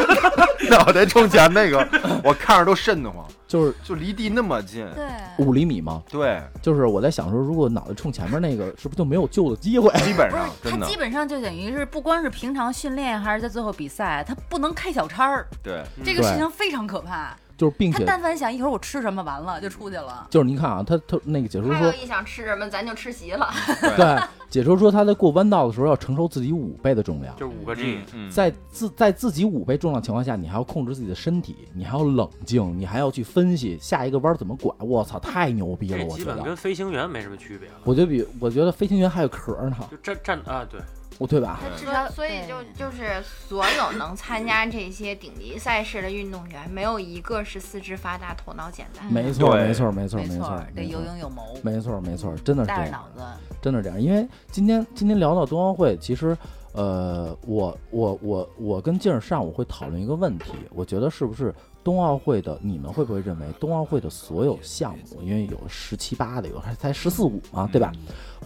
[LAUGHS] 脑袋冲前那个，我看着都瘆得慌，就是就离地那么近，对，五厘米嘛，对，就是我在想说，如果脑袋冲前面那个，是不是就没有救的机会？ [LAUGHS] 基本不上是啊真他的基本上就等于是不光是平常训练，还是在最后比赛，他不能开小差儿，对， [LAUGHS] 这个事对情非常可怕。就是并他且但凡想一会儿我吃什么，完了就出去了。就是您看啊，他他那个解说他说要，一想吃什么，咱就吃席了。对，解说说他在过弯道的时候要承受自己五倍的重量，就是五个 G，嗯嗯，在自在自己五倍重量情况下，你还要控制自己的身体，你还要冷静，你还要去分析下一个弯儿怎么拐。我操，太牛逼这了！我觉基本得跟，飞行员没什么区别了。我觉得比我觉得飞行员还有壳儿呢，就站站啊，对，我对嗯吧？所以所以就就是所有能参加这些顶级赛事的运动员，没有一个是四肢发达、头脑简单。没错，对没错，没错，没没错错儿，，得没有错，勇有谋，没错，没错，真的是这带样。着脑子。真的是这样，因为今天今天聊到冬奥会，其实，呃，我我我我跟静儿上午会讨论一个问题，我觉得是不是冬奥会的你们会不会认为冬奥会的所有项目，因为有十七八的，有还才嗯十四五嘛，对吧？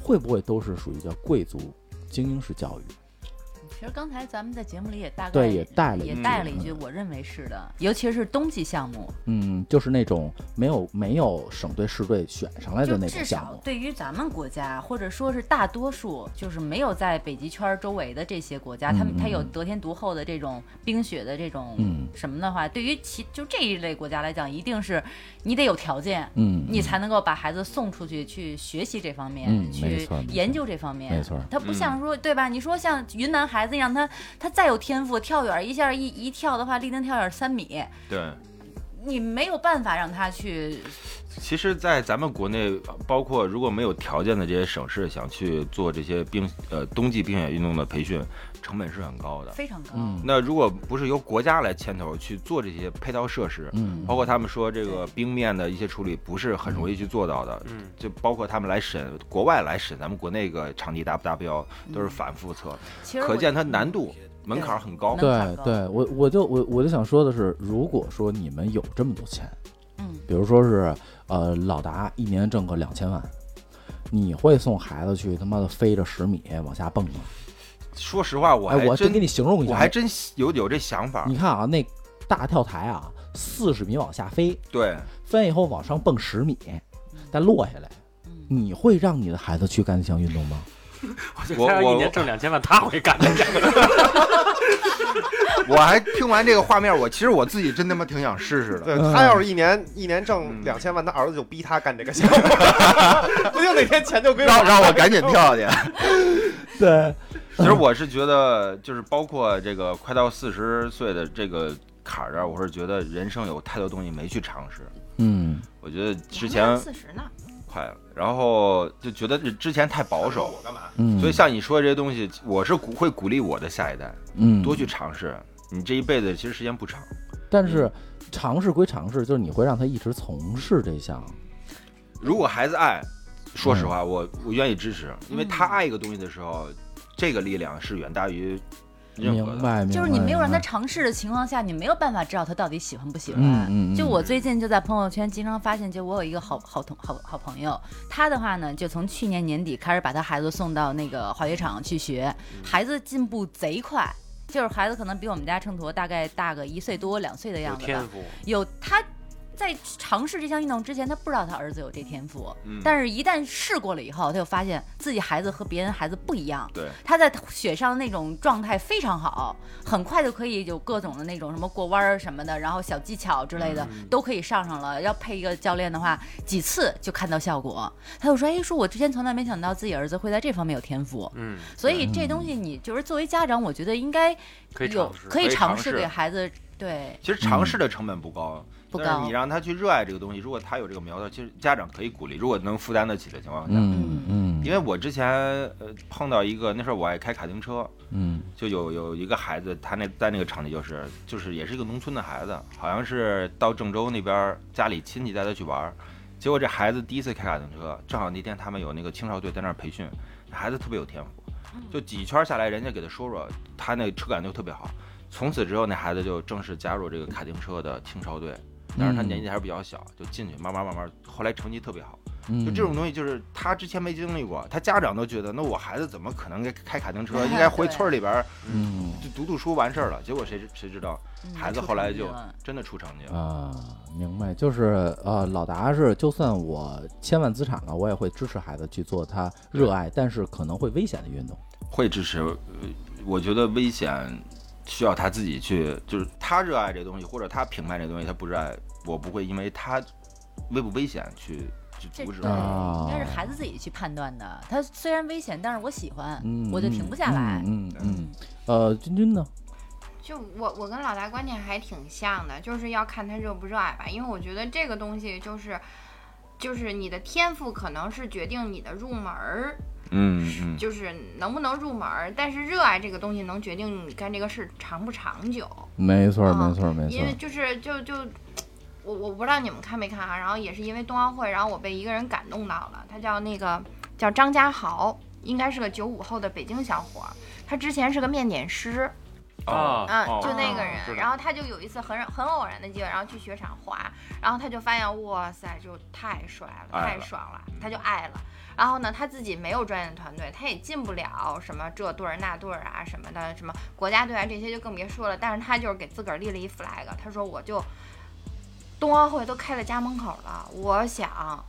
会不会都是属于叫贵族精英式教育？其实刚才咱们在节目里也大概对也带了也一句带了一句，我认为是的，尤其是冬季项目，嗯，就是那种没有没有省队市队选上来的就那种至项少目，对于咱们国家，或者说是大多数，就是没有在北极圈儿周围的这些国家，他嗯们他有嗯得天独厚的这种冰雪的这种嗯什么的话，对于其就这一类国家来讲，一定是你得有条件。嗯，你才能够把孩子送出去去学习这方面，嗯没去错没错研究这方嗯面。没错他不嗯像说、对吧？你说像云南孩子一样，他他再有天赋，跳远一下一一跳的话，立定跳远三米，对。你没有办法让他去其实，在咱们国内，包括如果没有条件的这些省市，想去做这些冰呃冬季冰雪运动的培训，成本是很高的。非常高。嗯那如果不是由国家来牵头去做这些配套设施，嗯包括他们说这个冰面的一些处理不是很容易去做到的，嗯，就包括他们来审国外来审咱们国内个场地达不达标，都是反复测，嗯其实可我嗯见它难度门槛很高那。对能找到对，我我就我我就想说的是，如果说你们有这么多钱，嗯，比如说是呃老达一年挣个两千万，你会送孩子去他妈的飞着十米往下蹦吗？说实话，我哎，还我真真给你形容一下，啊我还真有有这想法你，看啊，那大跳台啊，四十米往下飞，对，飞完以后往上蹦十米，嗯再落下来。你会让你的孩子去干这项运动 [LAUGHS] 吗？我觉得我他要我一年挣两千万，他会干这个。我还听完这个画面，我其实我自己真他妈挺想试试的。对他要是一年一年嗯挣两千万，他儿子就逼他干这个项目， [LAUGHS] 不定哪天钱就归我让让我赶紧跳去！对，其实我是觉得，就是包括这个快到四十岁的这个坎儿这儿，我是觉得人生有太多东西没去尝试。嗯，我觉得之前四十呢，快了，然后就觉得之前太保守，我干嘛？嗯所以像你说的这些东西，我是鼓会鼓励我的下一代嗯多去尝试。你这一辈子其实时间不长，但是尝试归尝试，就是你会让他一直从事这项，如果孩子爱，说实嗯话，我我愿意支持，因为他爱一个东西的时候，这个力量是远大于任明何的。白？明白就是你没有让他明白尝试的情况下，你没有办法知道他到底喜欢不喜欢。嗯嗯嗯就我最近就在朋友圈经常发现，就我有一个好好同好好朋友，他的话呢，就从去年年底开始把他孩子送到那个滑雪场去学，孩子进步贼快。就是孩子可能比我们家秤砣大概大个一岁多两岁的有样子吧天，赋，有他在尝试这项运动之前，他不知道他儿子有这天赋，嗯但是一旦试过了以后，他就发现自己孩子和别人孩子不一样。对，他在雪上那种状态非常好，很快就可以有各种的那种什么过弯儿什么的，然后小技巧之类的、嗯都可以上上了。要配一个教练的话，几次就看到效果。他就说：“哎，说我之前从来没想到自己儿子会在这方面有天赋。”嗯，所以这东西你就是作为家长，我觉得应该可以有尝试，可以可以尝尝试试给孩子对其实尝试的成本不高，嗯不高但是你让他去热爱这个东西，如果他有这个苗头，其实家长可以鼓励，如果能负担得起的情况下。嗯嗯，因为我之前呃碰到一个，那时候我爱开卡丁车，嗯就有有一个孩子，他那在那个场地就是就是也是一个农村的孩子，好像是到郑州那边儿家里亲戚带他去玩儿，结果这孩子第一次开卡丁车，正好那天他们有那个青少队在那儿培训，孩子特别有天赋，就几圈下来，人家给他说说，他那车感就特别好。从此之后，那孩子就正式加入这个卡丁车的青少队，但嗯是他年纪还是比较小，就进去慢慢慢慢，后来成绩特别好。嗯就这种东西，就是他之前没经历过，他家长都觉得，那我孩子怎么可能开卡丁车？应该回村儿里边儿嗯就读读书完事儿了。结果谁知谁知道，嗯孩子出后来成绩就了真的出成绩了。啊，明白，就是呃，老达是，就算我千万资产了，我也会支持孩子去做他热爱，但是可能会危险的运动。会支持，呃我觉得危险需要他自己去，就是他热爱这东西，或者他评判这东西，他不热爱，我不会因为他危不危险去去这阻止对，他。啊应该是孩子自己去判断的。他虽然危险，但是我喜欢，嗯，我就停不下来。嗯嗯嗯，呃，君君呢？就我我跟老大观念还挺像的，就是要看他热不热爱吧，因为我觉得这个东西就是。就是你的天赋可能是决定你的入门儿，嗯嗯，就是能不能入门儿，但是热爱这个东西能决定你干这个事长不长久。没错，啊哦没错，没因为错。就是就就我我不知道你们看没看啊，然后也是因为冬奥会，然后我被一个人感动到了，他叫那个叫张家豪，应该是个九五后的北京小伙儿，他之前是个面点师，啊嗯，哦就那个哦知人，道然后他就有一次很很偶然的机会，然后去雪场滑，然后他就发现，哇塞，就太帅了，爱太了爽嗯了，他就爱了。然后呢，他自己没有专业的团队，他也进不了什么这队儿那队儿啊什么的，什么国家队啊这些就更别说了。但是他就是给自个儿立了一 flag，他说我就冬奥会都开在家门口了，我想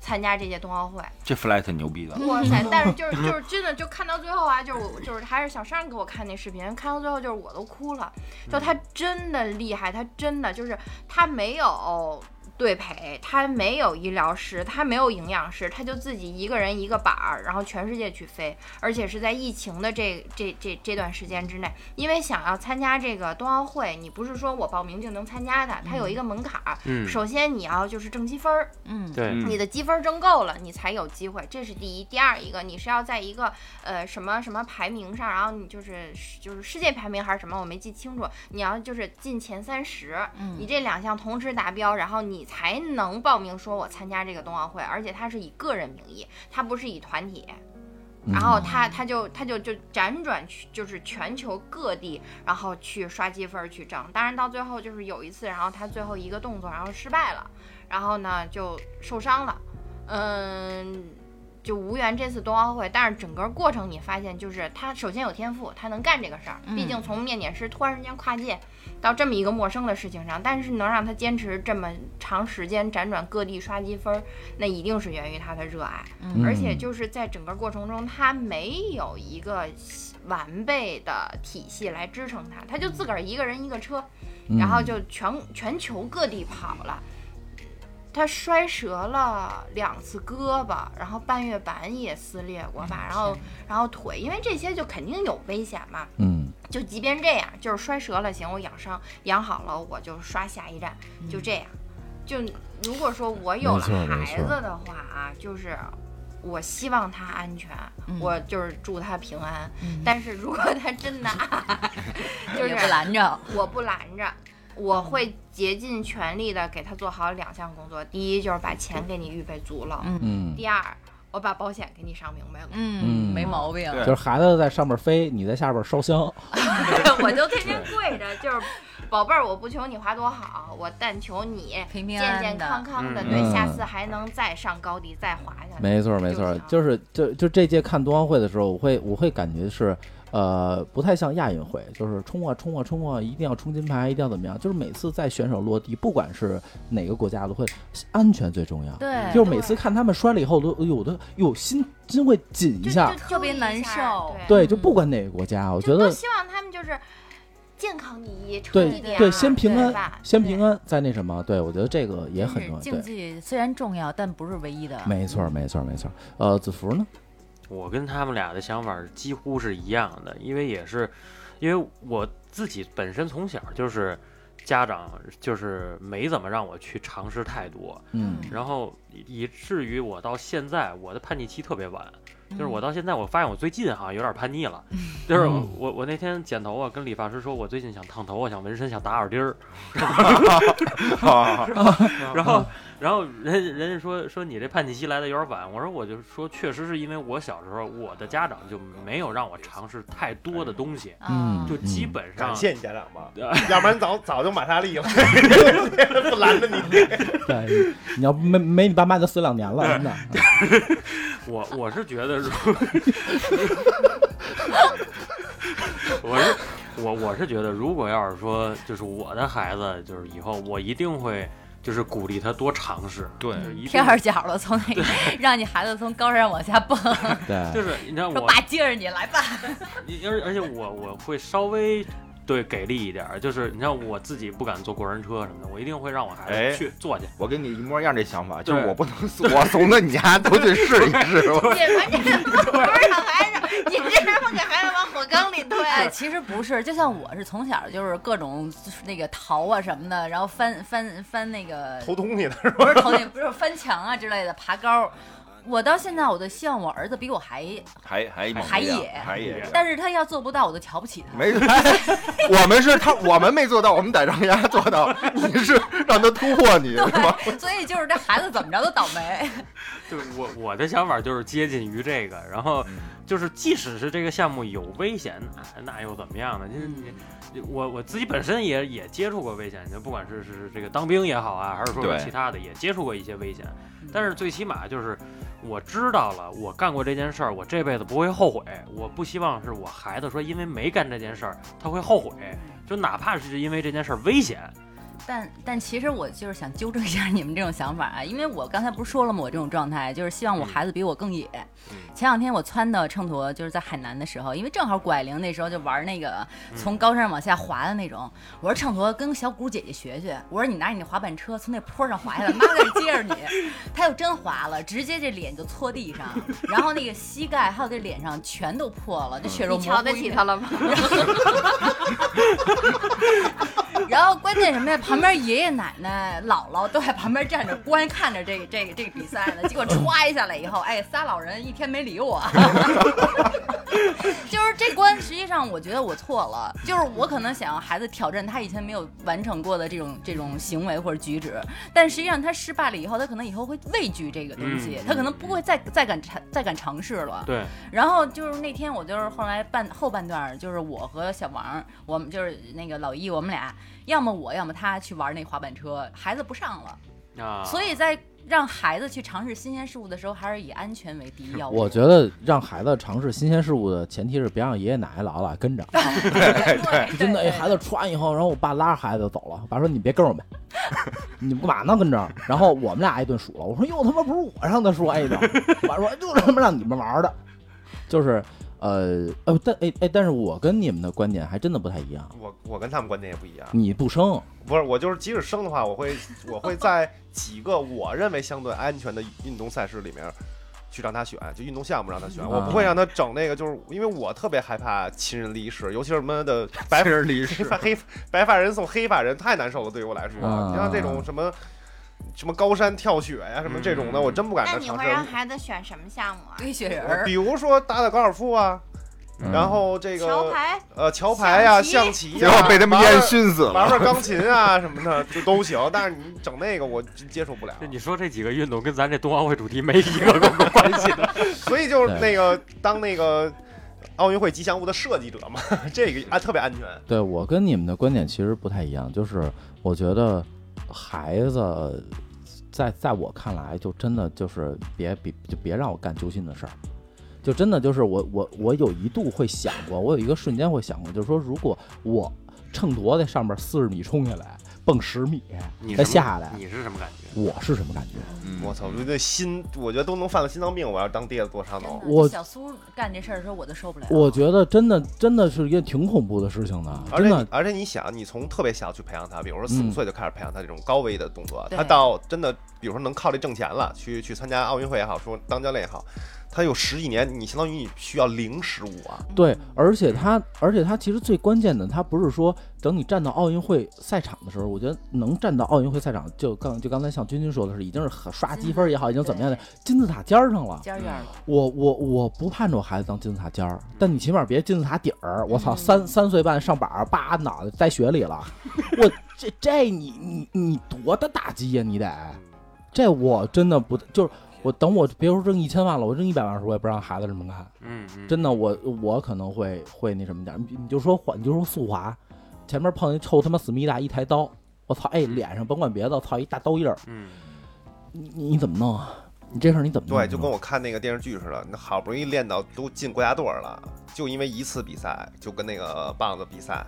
参加这届冬奥会。这 flat 牛逼嗯的，哇塞！但是就是就是真的，就看到最后啊，就是我就是还是小尚给我看那视频，看到最后就是我都哭了。就他真的厉害，他真的就是他没有对陪，他没有医疗师，他没有营养师，他就自己一个人一个板儿，然后全世界去飞，而且是在疫情的这这这这段时间之内，因为想要参加这个冬奥会，你不是说我报名就能参加的，它有一个门槛儿。嗯，首先你要就是挣积分儿，嗯，对，嗯你的积分挣够了，你才有机会，这是第一。第二一个，你是要在一个呃什么什么排名上，然后你就是就是世界排名还是什么，我没记清楚。你要就是进前三十，嗯你这两项同时达标，然后你才能报名说我参加这个冬奥会，而且它是以个人名义，它不是以团体。然后他他就他就就辗转去就是全球各地，然后去刷积分儿去挣。当然到最后就是有一次，然后他最后一个动作然后失败了，然后呢就受伤了，嗯。就无缘这次冬奥会，但是整个过程你发现，就是他首先有天赋，他能干这个事儿。毕竟从面点师突然之间跨界到这么一个陌生的事情上，但是能让他坚持这么长时间，辗转各地刷积分儿，那一定是源于他的热爱。嗯而且就是在整个过程中，他没有一个完备的体系来支撑他，他就自个儿一个人一个车，嗯然后就全全球各地跑了。他摔折了两次胳膊，然后半月板也撕裂过吧，然后然后腿，因为这些就肯定有危险嘛。嗯就即便这样，就是摔折了，行，我养伤养好了，我就刷下一站，就这样。就如果说我有没了错嗯没孩错子的话啊，就是我希望他安全，嗯我就是祝他平安。嗯但是如果他真的啊， [LAUGHS] 就也是不拦着，我不拦着，嗯我会竭尽全力的给他做好两项工作。第一就是把钱给你预备足了，嗯嗯，第二我把保险给你上明 [LAUGHS] 白了。嗯，嗯没毛病，对就是孩子在上面飞，你在下边烧香，我就天天跪着，就是宝贝儿，我不求你滑多好，我但求你平平健安健安康的，康的，嗯对，嗯下次还能再上高地再滑下来。没错没错，就是就就这届看冬奥会的时候，我会我会感觉是，呃，不太像亚运会，就是冲啊冲啊冲啊，一定要冲金牌，一定要怎么样，就是每次在选手落地，不管是哪个国家的，会安全最重要。对，就是每次看他们摔了以后，都有的有心心会紧一就下就，特别难受对，对，就不管哪个国家，我觉就都得希望他们就是健康第一，成对绩第二，对，先平对安吧，先平。对安，再那什么，对我觉得这个也真很是重要，竞对，技虽然重要，但不是唯一的。没错没错没错。呃，子福呢？我跟他们俩的想法几乎是一样的，因为也是，因为我自己本身从小就是家长就是没怎么让我去尝试太多， [LAUGHS] 嗯然后以以至于我到现在我的叛逆期特别晚，就是嗯我到现在我发现我最近好像有点叛逆了，就是我我我那天剪头啊，跟理发师说我最近想烫头，我想纹身，想打耳钉儿，然后，然后人人家说说你这叛逆期来的有点晚，我说我就说确实是因为我小时候我的家长就没有让我尝试太多的东西，啊嗯就基本上感谢你家长吧，要不然早早就玛莎丽了， [LAUGHS] 不拦着你。对，你要没没你爸妈就死两年了，真的。我我是觉得如，我是我我是觉得，如果要是说就是我的孩子，就是以后我一定会就是鼓励他多尝试，对就是一定贴二脚了，从那个让你孩子从高上往下蹦， [LAUGHS] 对，就是你知道说我爸接着你来吧。你而而且我我会稍微对给力一点儿，就是你像我自己不敢坐过山车什么的，我一定会让我孩哎子去坐去。 [LAUGHS] 我跟你一模一样这想法，就是对我不能，我怂的你家都去试一试。 [LAUGHS] 我你 [LAUGHS] 们这是不是让孩子，你这是不给孩子往火 [LAUGHS] 缸里推。哎，其实不是，就像我是从小就是各种就是那个逃啊什么的，然后翻翻翻那个 [LAUGHS] 偷东西的是吧？不是头顶，不是翻墙啊之类的，爬高。我到现在我都希望我儿子比我还，还还还野野还野， [LAUGHS] 但是他要做不到，我就瞧不起他。没，我们是他，我们没做到，我们得让人家做到。你是让他突破你是吧？对，所以就是这孩子怎么着都倒霉。 [LAUGHS] 对我我的想法就是接近于这个，然后就是即使是这个项目有危险，那那又怎么样呢？就是嗯你我我自己本身也也接触过危险，就不管是是这个当兵也好啊，还是说对其他的，也接触过一些危险。但是最起码就是我知道了，我干过这件事儿，我这辈子不会后悔。我不希望是我孩子说因为没干这件事儿他会后悔，就哪怕是因为这件事儿危险，啊但但其实我就是想纠正一下你们这种想法啊，因为我刚才不是说了吗？我这种状态就是希望我孩子比我更野。前两天我撺掇秤砣，就是在海南的时候，因为正好拐铃那时候就玩那个从高山上往下滑的那种。我说秤砣跟小谷姐姐学学，我说你拿你那滑板车从那坡上滑下来，妈给接着你。他又真滑了，直接这脸就搓地上，然后那个膝盖还有这脸上全都破了，这血肉你模瞧糊。得起他了 [LAUGHS] 吗？ [LAUGHS] 然后关键什么呀？旁边爷爷奶奶、姥姥都在旁边站着观看着这个、 [LAUGHS] 这个、这个比赛 [LAUGHS] 呢。结果歘一下来以后，哎，仨老人一天没理我。 [LAUGHS] 就是这关，实际上我觉得我错了，就是我可能想要孩子挑战他以前没有完成过的这种这种行为或者举止，但实际上他失败了以后，他可能以后会畏惧这个东西，嗯他可能不会再再敢尝再敢尝试了。对，然后就是那天我就是后来半后半段儿，就是我和小王，我们就是那个老一，我们俩要么我要么他去玩那滑板车，孩子不上了，啊，所以在让孩子去尝试新鲜事物的时候，还是以安全为第一要务。我觉得让孩子尝试新鲜事物的前提是别让爷爷奶奶、姥姥姥爷跟着。对对真的，哎，对孩子吃完以后，然后我爸拉着孩子就走了。我爸说：“你别跟着我们， [LAUGHS] 你们干嘛呢？跟这儿。”然后我们俩挨顿数了。我说：“哟，他妈不是我让他说挨的。”我爸说：“就他妈让你们玩儿的。”就是，呃，呃，但哎哎，但是我跟你们的观点还真的不太一样。 [LAUGHS] 我我跟他们观点也不一样，你不生，不是我就是即使生的话，我会我会在几个我认为相对安全的运动赛事里面。去让他选，就运动项目让他选，我不会让他整那个，就是因为我特别害怕亲人离世，尤其是什么的白人离世，黑发黑白发人送黑发人太难受了，对于我来说，啊你像这种什么什么高山跳雪呀、什么这种的，嗯我真不敢那让你他尝会试让。孩子选什么项目啊？堆雪人我儿比，如说打打高尔夫啊，嗯然后这个桥牌，呃桥牌呀、象象棋呀，结果被他们玩烟玩熏死了。玩玩钢琴啊什么的就都行，但是你整那个我真接受不了。这你说这几个运动跟咱这冬奥会主题没一个 [LAUGHS] 关系的，所以就是那个当那个奥运会吉祥物的设计者嘛，这个啊特别安全。嗯对我跟你们的观点其实不太一样，就是我觉得孩子在在我看来，就真的就是别别就别让我干揪心的事儿，就真的就是我我我有一度会想过，我有一个瞬间会想过，就是说如果我秤砣在上面四十米冲下来，蹦十米你再什么下来，你是什么感觉？我是什么感觉？我操，我这心我觉得都能犯了心脏病，我要当爹的多伤真脑嗯的。我小苏干这事儿的时候我都受不了。我觉得真的真的是一件挺恐怖的事情的，而真且的你而且你想，你从特别小去培养他，比如说四嗯五岁就开始培养他这种高危的动作，对他到真的，比如说能靠这挣钱了，去去参加奥运会也好，说当教练也好，他有十几年，你相当于你需要零失误啊。嗯对，而且他，而且他其实最关键的，他不是说等你站到奥运会赛场的时候，我觉得能站到奥运会赛场，就刚就刚才像君君说的是，已经是很刷积分也好，已经怎么样的金字塔尖儿上了。尖儿尖儿了，我我我不盼着我孩子当金字塔尖儿，但你起码别金字塔底儿。我操，三三岁半上板儿，叭脑袋栽雪里了，我这这你你你多大打击呀、你得，这我真的不就是我等我别说挣一千万了，我挣一百万的时候，我也不让孩子这么干。嗯嗯，真的，我我可能会会那什么点儿，你你就说滑，你就说速滑，前面碰一臭他妈思密达一抬刀，我操，哎，脸上甭管别的，操一大刀印儿，嗯，你你怎么弄啊？你这事儿你怎么弄啊？对，就跟我看那个电视剧似的，那好不容易练到都进国家队儿了，就因为一次比赛，就跟那个棒子比赛，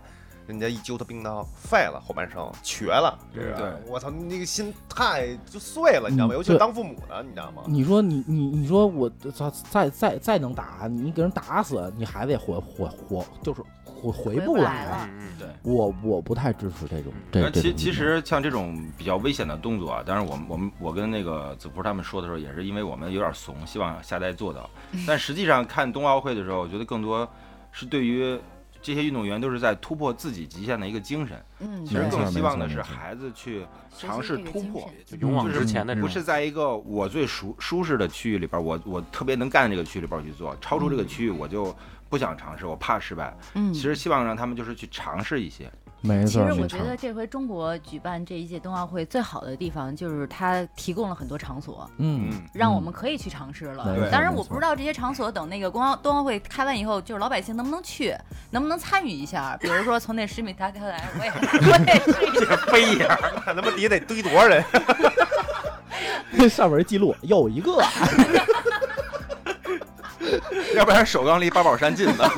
人家一揪他冰刀废了，后半生瘸了，这是对我操，那个心太就碎了，你知道吗？啊嗯尤其对是当父母的，你知道吗？ [LAUGHS] 你说你你你说我操，再再再能打，你给人打死，你孩子也回回回就是回回回不不来来了。了。嗯嗯，我我不太支持这种这但这其种其实像这种比较危险的动作啊，当然我们我们我跟那个子福他们说的时候，也是因为我们有点怂， [LAUGHS] 希望下代做到。但实际上看冬奥会的时候，我觉得更多是对于这些运动员都是在突破自己极限的一个精神。嗯，其实没错更希望的没错是没错孩子去学习尝试这个突精破神，就勇往直前的这不种，是在一个我最舒舒适的区域里边儿，我我特别能干的这个区域里边儿去做，超出这个嗯区域我就不想尝试，我怕失败。嗯，其实希望让他们就是去尝试一些，没其错，实没我错觉得这回中国举办这一届冬奥会最好的地方就是它提供了很多场所，嗯，嗯，让我嗯们可以去尝试了。对当然，没我错不知道这些场所等那个冬奥冬奥会开完以后，就是老百姓能不能去，能不能参与一下。比如说从那十米大跳台， [LAUGHS] 我也我也是。飞一下，看他妈底下得堆多 [LAUGHS] 少人，嗯上面记录又一个，要不然首钢离八宝山近的，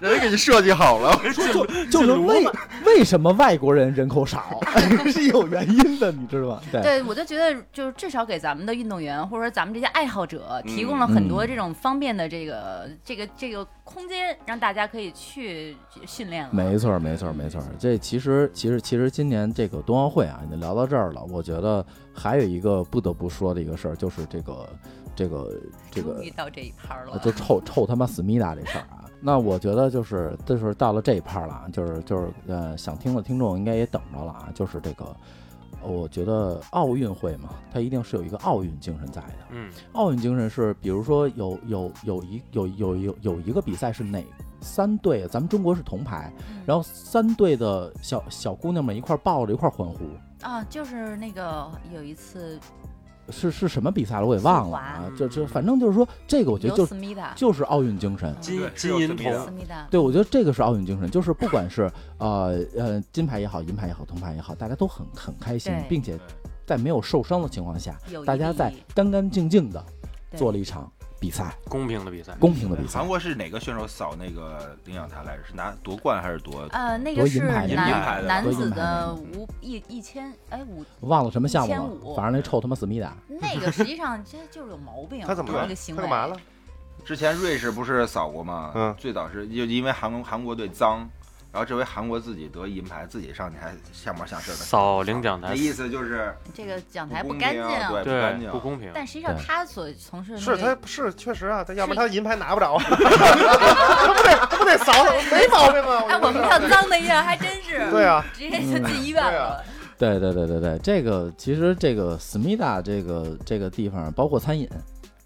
人家给你设计好了。 [LAUGHS] 就就是为为什么外国人人口少 [LAUGHS] 是有原因的，你知道吗？ [LAUGHS] 对，对，我就觉得就是至少给咱们的运动员或者说咱们这些爱好者嗯提供了很多这种方便的这个、这个这个空间，让大家可以去训练了。没错，没错，没错。这其实，其实，其实今年这个冬奥会啊，已经聊到这儿了。我觉得还有一个不得不说的一个事儿，就是这个，这个，这个终于到这一趴了嗯啊，就臭臭他妈思密达这事儿啊。那我觉得就是，就是到了这一趴了啊，就是就是呃，想听的听众应该也等着了啊，就是这个。呃我觉得奥运会嘛，它一定是有一个奥运精神在的。嗯，奥运精神是，比如说有有有一有有有有一个比赛是哪三队，啊咱们中国是铜牌，然后三队的小小姑娘们一块儿抱着一块儿欢呼，啊，就是那个有一次是是什么比赛了我也忘了啊速滑，这这反正就是说这个我觉得有嗯就思密达，就是奥运精神。金对是金有银这么一铜个思密达，对，我觉得这个是奥运精神，就是不管是呃呃金牌也好，银牌也好，铜牌也好，大家都很很开心对，并且在没有受伤的情况下，有一大家在例干干净净的对做了一场比赛，公平的比赛，公平的比赛韩。国是哪个选手扫那个领奖台来着？是拿夺冠还是夺？呃，那夺个银是牌的银牌男的男夺银子牌的的五一一千哎 [LAUGHS] 五，忘了什么项目1500了，反正那臭他妈思密达，那个实际上这就是有毛病。他怎么这了？个他行为干嘛了？？之前瑞士不是扫过吗？嗯最早是就因为韩国韩国队脏，然后这回韩国自己得银牌，自己上去还像模像式的扫领奖台那意思就是这个讲不台不公干平净，对，不干对，净，不公平。但实际上对他所从事的啊是那他个是确实啊，他要不是然他银牌拿不着 [LAUGHS] 啊，他不得他不得扫扫，没毛病啊 [LAUGHS] 吗？哎，我们跳脏的一样，还真是 [LAUGHS] 对啊，直接就进医院了。对对对对对，这个其实这个思密达这个这个地方，包括餐饮，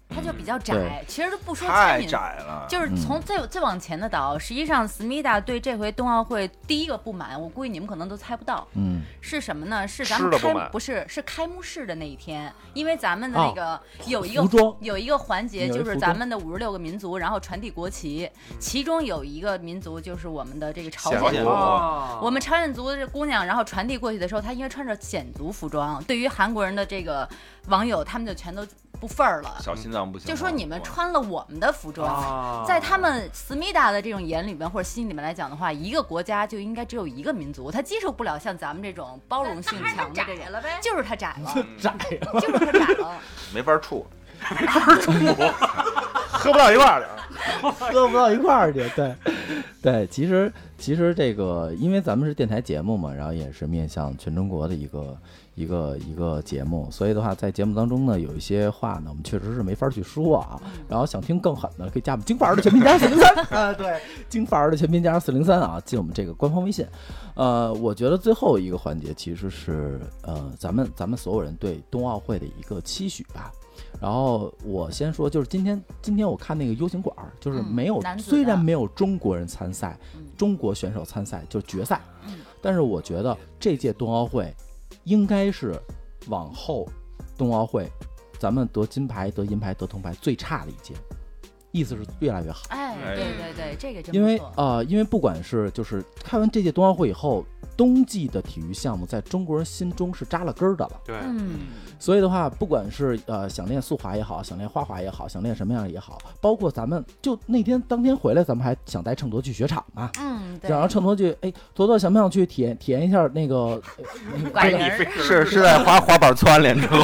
他就比较窄对，嗯其实都不说餐太饮窄了。就是从最最往前的倒，实际上思密达对这回冬奥会第一个不满，我估计你们可能都猜不到嗯，是什么呢？是咱们吃的不开满不是是开幕式的那一天，因为咱们的那个有一个啊服装有一个环节有一就是服咱装们的五十六个民族，然后传递国旗，其中有一个民族就是我们的这个朝朝鲜鲜族族。哦我们朝鲜族的这姑娘，然后传递过去的时候，她因为穿着鲜族服装，对于韩国人的这个网友，他们就全都不忿儿了，小心脏不行啊，就说你们穿了我们的服装，哦啊在他们思密达的这种眼里面或者心里面来讲的话，一个国家就应该只有一个民族，他接受不了像咱们这种包容性强的这窄种，了呗。就是他窄 [LAUGHS] 了，窄了，就是他窄了。没法处。喝不到一块儿的。搁不到一块儿去。对， [LAUGHS] 对，其实其实这个，因为咱们是电台节目嘛，然后也是面向全中国的一个一个一个节目，所以的话，在节目当中呢，有一些话呢，我们确实是没法去说啊。嗯然后想听更狠的，可以加我们京范儿的全拼加四零 [LAUGHS] 三啊，对，京范儿的全拼加四零三啊，进我们这个官方微信。呃，我觉得最后一个环节其实是呃，咱们咱们所有人对冬奥会的一个期许吧。然后我先说，就是今天今天我看那个 U 型管儿，就是嗯没有、男子的虽然没有中国人参赛，嗯中国选手参赛就是决赛，嗯但是我觉得这届冬奥会应该是往后冬奥会咱们得金牌、得银牌、得铜牌最差的一届，意思是越来越好。哎，哎对对对，这个真因不为错。呃，因为不管是就是开完这届冬奥会以后，冬季的体育项目在中国人心中是扎了根儿的了。对，嗯，所以的话，不管是呃想练速滑也好，想练花滑也好，想练什么样也好，包括咱们就那天当天回来，咱们还想带秤砣去雪场嘛。嗯，对想，让秤砣去，哎，坨坨想不想去体验体验一下那个？嗯拐人儿是是在滑滑板窜脸之后，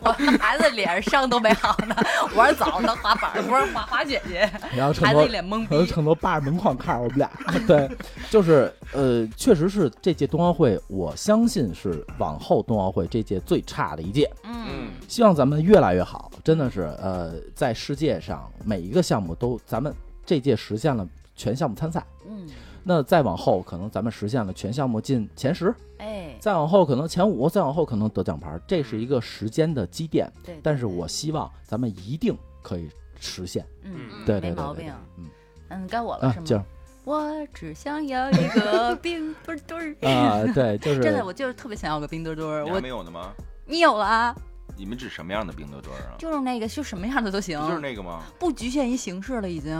我们孩子脸上都没好呢，我说走，能滑板儿，不是滑滑雪去，然后秤孩子一砣脸懵我就逼。承诺扒着门框看着我们俩。对，就是呃，确实是这届冬奥会，我相信是往后冬奥会这届最差的一届。嗯，希望咱们越来越好，真的是呃，在世界上每一个项目都，咱们这届实现了全项目参赛，嗯，那再往后可能咱们实现了全项目进前十，哎，再往后可能前五，再往后可能得奖牌，这是一个时间的积淀，对对但是对我希望咱们一定可以实现，嗯，对对没对毛对对病。嗯嗯，该我了啊是，就是吗？我只想要一个冰墩墩儿。 [LAUGHS] 啊，对，就是真的，我就是特别想要个冰墩墩儿。你还我没有呢吗？你有了啊，你们指什么样的冰墩墩儿啊？就是那个，就什么样的都行，不就是那个吗？不局限于形式了，已经。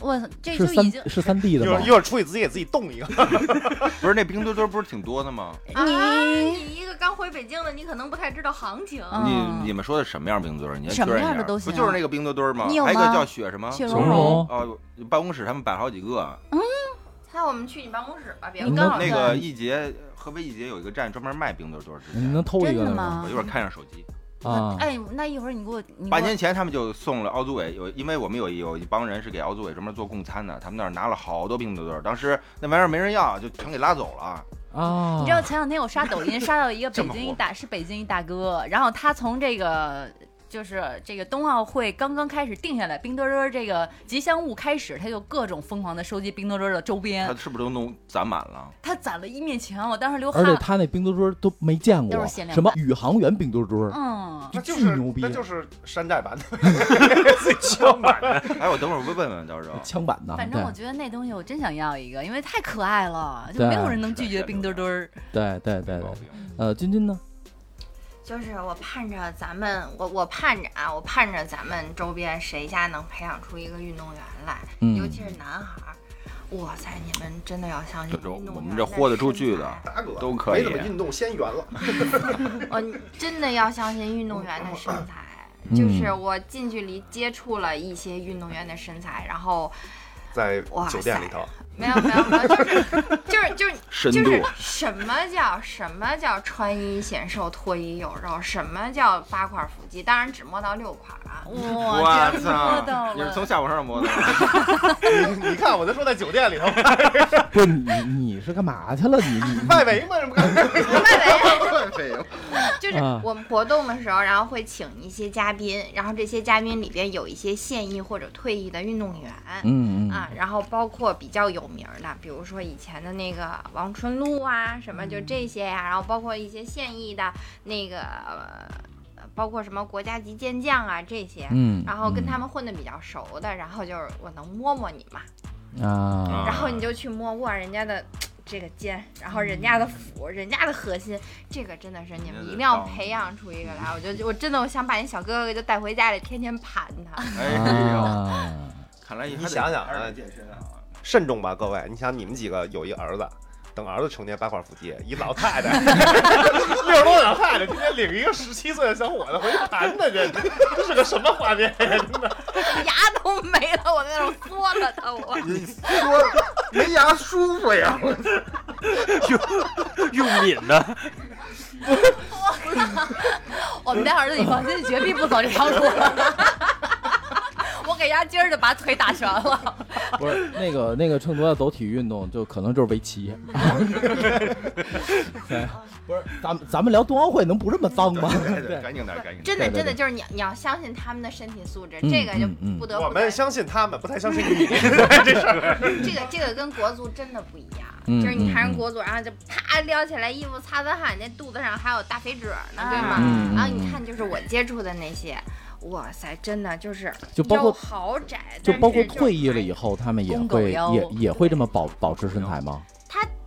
我这是就已三经是三 D 一的会吗儿一？会儿出去自己给自己冻 [LAUGHS] 一个，不是那冰墩墩儿不是挺多的吗？啊，你你一个刚回北京的，你可能不太知道行情。啊你你们说的什么样冰墩墩儿？你先什么确认一样的下都不行就是那个冰墩墩儿吗？你有还有一吗个叫雪什么？雪熊蓉蓉，哦，办公室他们摆好几个。那我们去你办公室吧，别你刚好能那在个一节，河北一节有一个站专门卖冰墩墩儿。之你前能偷一真个的来吗我一？会儿看上手机。啊，哎，那一会儿你给我，嗯你半给我年前他们就送了奥组委有，因为我们有有一帮人是给奥组委专门做供餐的，他们那儿拿了好多冰墩墩儿，当时那玩意儿没人要，就全给拉走了。啊，你知道前两天我刷抖音刷到一个这北么京一火大是北京一大哥，然后他从这个就是这个冬奥会刚刚开始定下来冰墩墩儿这个吉祥物开始，他就各种疯狂的收集冰墩墩儿的周他边，是不是都弄攒满了？ [LAUGHS] 他攒了一面墙，我当时流汗而且。他那冰墩墩儿都没见都过，是限量什么宇航员冰墩墩儿，嗯，那就巨是牛逼那就是山寨版的。 [LAUGHS] 哎，我等会儿问问到时 [LAUGHS] 候。枪版的，反正我觉得那东西我真想要一个，因为太可爱了，就对没有人能拒是绝的冰墩墩 [LAUGHS] 儿。对对对对有对毛，嗯病呃，君君呢？就是我盼着咱们，我我盼着啊，我盼着咱们周边谁家能培养出一个运动员来，嗯尤其是男孩儿。哇塞，你们真的要相信这种运动员我们这豁得出去的身材大哥都可以没怎么运动先圆了。我呃真的要相信运动员的身材。嗯就是我近距离接触了一些运动员的身材，然后 [LAUGHS] 在哇酒店里头，没有没有没有，就是就 [LAUGHS] 是就是深就度是什么叫什么叫穿衣显瘦脱衣有肉，什么叫八块腹肌，当然只摸到六块啊，嗯哇，真摸操！到你是了！从下巴上摸的吗？你你看，我就说在酒店里头， [LAUGHS] 不是你，你是干嘛去了？你 [LAUGHS] 你啊外围嘛，这不干外围。外围嘛。就是啊我们活动的时候，然后会请一些嘉宾，然后这些嘉宾里边有一些现役或者退役的运动员。嗯嗯啊，然后包括比较有名儿的，比如说以前的那个王春露啊，什么就嗯这些呀、然后包括一些现役的那个，呃包括什么国家级健将啊这些，嗯，然后跟他们混得比较熟的，然后就是我能摸摸你嘛，们啊，然后你就去摸握人家的这个肩，然后人嗯家的腹，人家的核心，这个真的是你们一定要培养出一个来。我就我真的我想把那小哥哥就带回家里，天天盘他。 [LAUGHS] [LAUGHS] 哎呦，啊，看来你想想啊还得健身啊。 [LAUGHS] 慎重吧，各位，你想你们几个有一儿子。等儿子成年八块腹肌，一老太 [LAUGHS] 太，六十多的老太太，天天领一个十七岁的小伙子回去盘他，这 [LAUGHS] 这是个什么画面？牙都没了，我在那儿缩啊了他，我 [LAUGHS] 你说没牙舒服呀？ [LAUGHS] 用敏的， [LAUGHS] 我们家儿子，你放心，绝壁不走这条路。 [LAUGHS] 我给丫今儿就把腿打折了。 [LAUGHS] 不是那个那个秤砣要走体育运动，就可能就是围 [LAUGHS] 棋。对，不是咱们咱们聊冬奥会能不这么脏吗？对，赶紧点，赶紧点。真对的对真的就是你你要相信他们的身体素质，嗯这个就嗯嗯不得我不们说，相信他们，不太相信你。 [LAUGHS] 这个这个跟国足真的不一样。嗯就是你嗯看嗯人国足，然后就啪撩起来衣服擦擦汗，那肚子上还有大肥褶呢，对吗？嗯嗯然后你看，就是我接触的那些，哇塞，真的就是就包括肉好窄，就包括但是退役了以，后，他们也公狗会腰也也会这么保保持身材吗？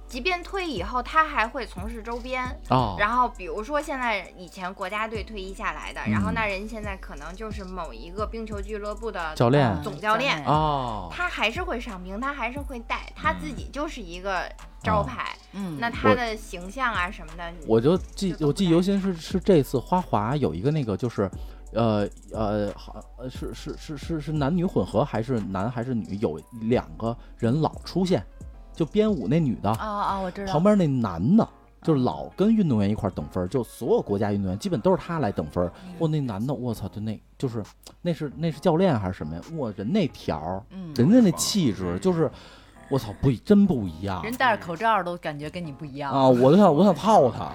即便退役以后，他还会从事周边。啊，然后，比如说现在以前国家队退役下来的，然后嗯那人现在可能就是某一个冰球俱乐部的教练嗯总教练啊，他还是会上冰，他还是会带，他自己就是一个招牌。嗯，那他的形象啊什么的，我就记我记犹新是是这次花滑有一个那个就是，呃呃，好呃是是是是是男女混合还是男还是女？有两个人老出现，就编舞那女的，啊啊，我知道旁。边那男的。就是老跟运动员一块儿等分儿，就所有国家运动员基本都是他来等分儿。我、那男的，我操，就那就是那是那是教练还是什么呀？我人那条儿，嗯人家那气质就是，我操，不一真不一样人戴着口罩都感觉跟你不一样啊！我都想，我想泡他。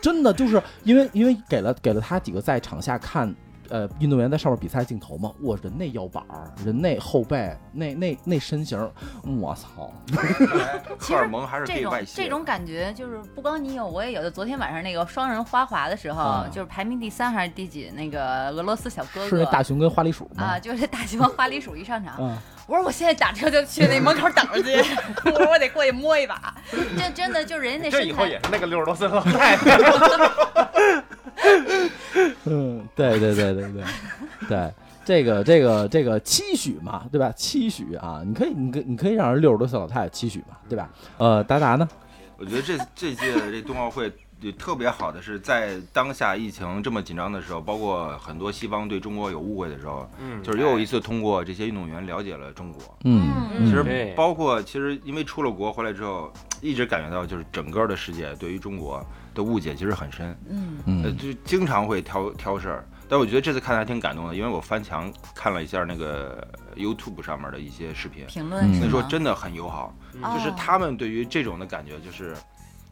真的就是因为因为给了给了他几个在场下看呃运动员在上面比赛镜头嘛，我人那腰板儿，人那后背，那那那身形儿，我操！荷尔蒙还是可这以种外泄这的。种感觉就是不光你有我也有。就昨天晚上那个双人花滑的时候，啊就是排名第三还是第几那个俄罗斯小哥哥是那大熊跟花栗鼠吗啊，？就是大熊花栗鼠一上场， [LAUGHS] 嗯，我说我现在打车就去那门口等着去，我说我得过去摸一把。这真的就是人家那这身以后材也是那个六十多岁老太太， [LAUGHS] 嗯，对对对对对对，这个这个这个期许嘛，对吧？期许啊，你可以，你可你可以让人六十多岁老太太期许嘛，对吧？呃，达达呢？我觉得这这届的这冬奥会也特别好的是，在当下疫情这么紧张的时候，包括很多西方对中国有误会的时候，嗯，就是又一次通过这些运动员了解了中国。嗯嗯其实对包括其实因为出了国回来之后，一直感觉到就是整个的世界对于中国的误解其实很深，嗯呃，嗯就经常会挑挑事儿。但我觉得这次看还挺感动的，因为我翻墙看了一下那个 YouTube 上面的一些视频，评嗯论是那时候吗？真的很友好。哦就是他们对于这种的感觉，就是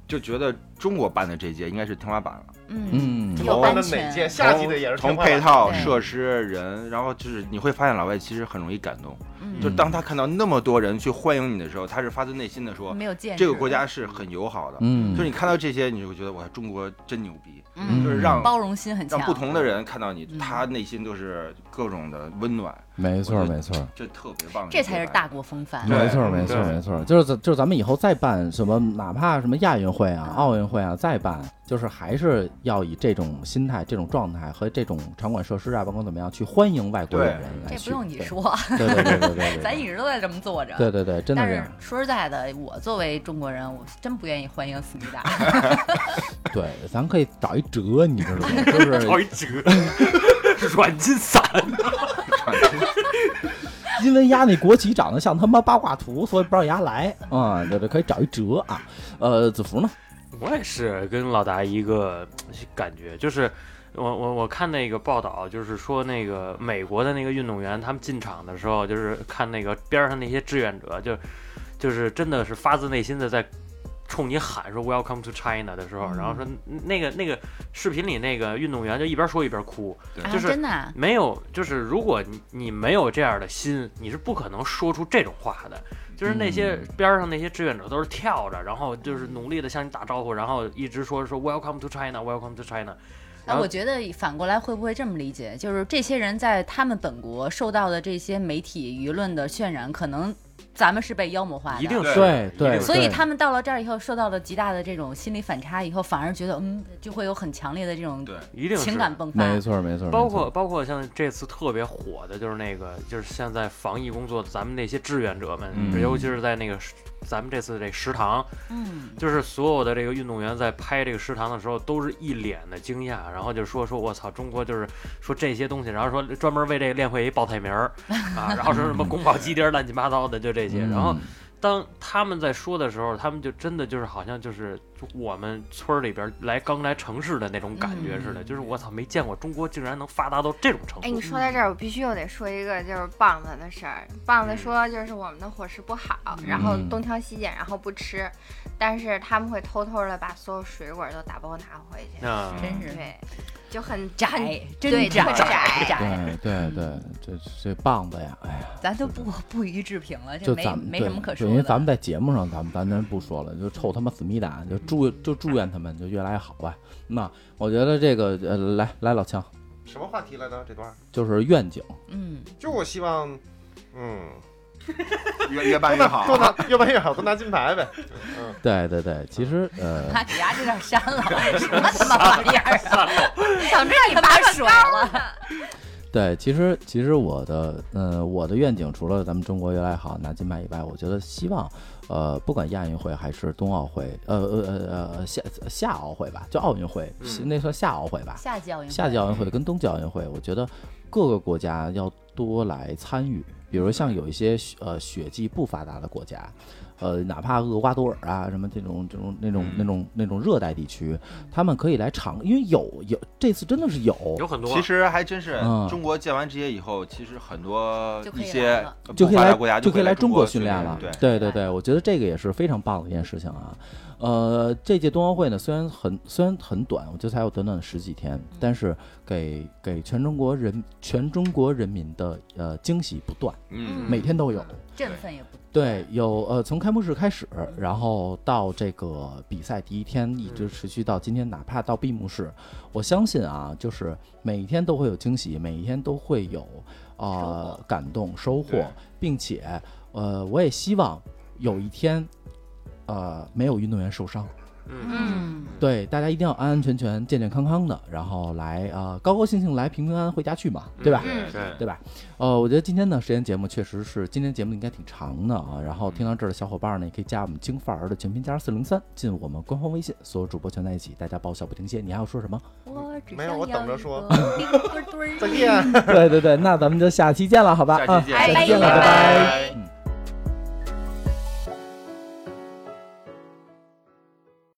就觉得中国办的这届应该是天花板了，嗯嗯有我版的哪权届夏季的也是从挺配套、对设施、人，然后就是你会发现老外其实很容易感动，嗯，就是当他看到那么多人去欢迎你的时候，他是发自内心的说，没有见识这个国家是很友好的。嗯，就是你看到这些，你就会觉得哇，中国真牛逼，嗯就是让包容心很强，让不同的人看到你，嗯他内心都是各种的温暖，没错我觉得没错。这特别棒的这一个感觉。才是大国风范。啊对没错，没错，对没错，就是咱就是咱们以后再办什么，哪怕什么亚运会啊、奥运会啊，再办，就是还是要以这种心态、这种状态和这种场馆设施啊、包括怎么样去欢迎外国友人来这去不用你，说，对对对对对对对， [LAUGHS] 咱一直都在这么坐着。对对对，真的但这是样，说实在的，我作为中国人，我真不愿意欢迎斯密达。 [LAUGHS] 对，咱可以找一折，你知道吗？就是找一折， [LAUGHS] 软金伞，因为丫那国旗长得像他妈八卦图，所以不让丫来啊，对对，可以找一折啊。呃，子啊福呢？我也是跟老达一个呃感觉，就是我我我看那个报道，就是说那个美国的那个运动员，他们进场的时候，就是看那个边上那些志愿者，就就是真的是发自内心的在冲你喊说 “Welcome to China” 的时候，嗯然后说那个那个视频里那个运动员就一边说一边哭，啊就是真的啊，没有，就是如果你你没有这样的心，你是不可能说出这种话的。就是那些嗯边儿上那些志愿者都是跳着，然后就是努力的向你打招呼，然后一直说说 Welcome to China, Welcome to China。那然后我觉得反过来会不会这么理解？就是这些人在他们本国受到的这些媒体舆论的渲染，可能咱们是被妖魔化的，一定是对一定对，是所以他们到了这儿以后，受到了极大的这种心理反差以后，反而觉得嗯，就会有很强烈的这种对一定是情感迸发。没错没错，包括包括像这次特别火的，就是那个就是现在防疫工作，咱们那些志愿者们，嗯尤其是在那个食咱们这次这食堂，嗯，就是所有的这个运动员在拍这个食堂的时候，都是一脸的惊讶，然后就说说我操，中国就是说这些东西，然后说专门为这个练会一报菜 [LAUGHS] 名儿啊，然后说什么宫保鸡丁儿乱七八糟的，就这些。然后嗯嗯当他们在说的时候，他们就真的就是好像就是我们村儿里边儿来刚来城市的那种感觉似的，就是我操，没见过中国竟然能发达到这种程嗯哎，你度。说到这儿，我必须又得说一个就是棒子的事儿。棒嗯子说就是我们的伙食不好，然后嗯东挑西拣，然后不吃，但是他们会偷偷的把所有水果都打包拿回去，那真是对，就很窄很，真对窄特窄窄，对对对，这这棒子呀，哎呀，咱都不不予置评了，这就没咱们没对什么可对说的。因为咱们在节目上，咱们咱咱不说了，就臭他妈思密达，就祝就祝愿他们就越来越好吧。那我觉得这个呃，来来老强，什么话题来着？这段就是愿景，嗯，就我希望，嗯， [LAUGHS] 越越办 [LAUGHS] 越好。多拿越办越好，多拿金牌呗。对对对，其实呃，他给牙这点删 [LAUGHS] 了，什么他妈玩意儿啊？等这一把水了，对，其实其实我的呃我的愿景，除了咱们中国越来越好拿金牌以外，我觉得希望呃不管亚运会还是冬奥会，呃呃呃呃夏夏奥会吧，就奥运会，嗯那算夏奥会吧，夏季奥运会，夏季奥运会跟冬季奥运会，我觉得各个国家要多来参与。比如像有一些呃雪季不发达的国家，呃，哪怕厄瓜多尔啊，什么这种这种那种嗯那种那种热带地区，他们可以来尝，因为有有这次真的是有，有很多其实还真是嗯，中国建完这些以后，其实很多就可以一来些了就可以不发来达国家就可以来中国训训练了。哎对对，对对，我觉得这个也是非常棒的一件事情啊。呃，这届冬奥会呢，虽然很虽然很短，我觉得才有短短的十几天，但是给给全中国人全中国人民的呃惊喜不断，嗯，每天都有。振奋也不对，有呃，从开幕式开始，然后到这个比赛第一天，一直持续到今天，哪怕到闭幕式，我相信啊，就是每一天都会有惊喜，每一天都会有啊、呃、感动收获对，并且呃，我也希望有一天，呃，没有运动员受伤。嗯嗯，对，大家一定要安安全全、健健康康的，然后来啊、呃高高兴兴来，平平安安回家去嘛，对吧？对对对吧？呃，我觉得今天呢，时间节目确实是今天节目应该挺长的啊。然后听到这儿的小伙伴呢，也可以加我们京范儿的全拼加四零三，进我们官方微信，所有主播全在一起，大家爆笑不停歇。你还要说什么？我只没有想我等要着一说个冰墩墩儿再见。对对对，那咱们就下期见了，好吧？下啊期见，下期见了，拜拜。拜。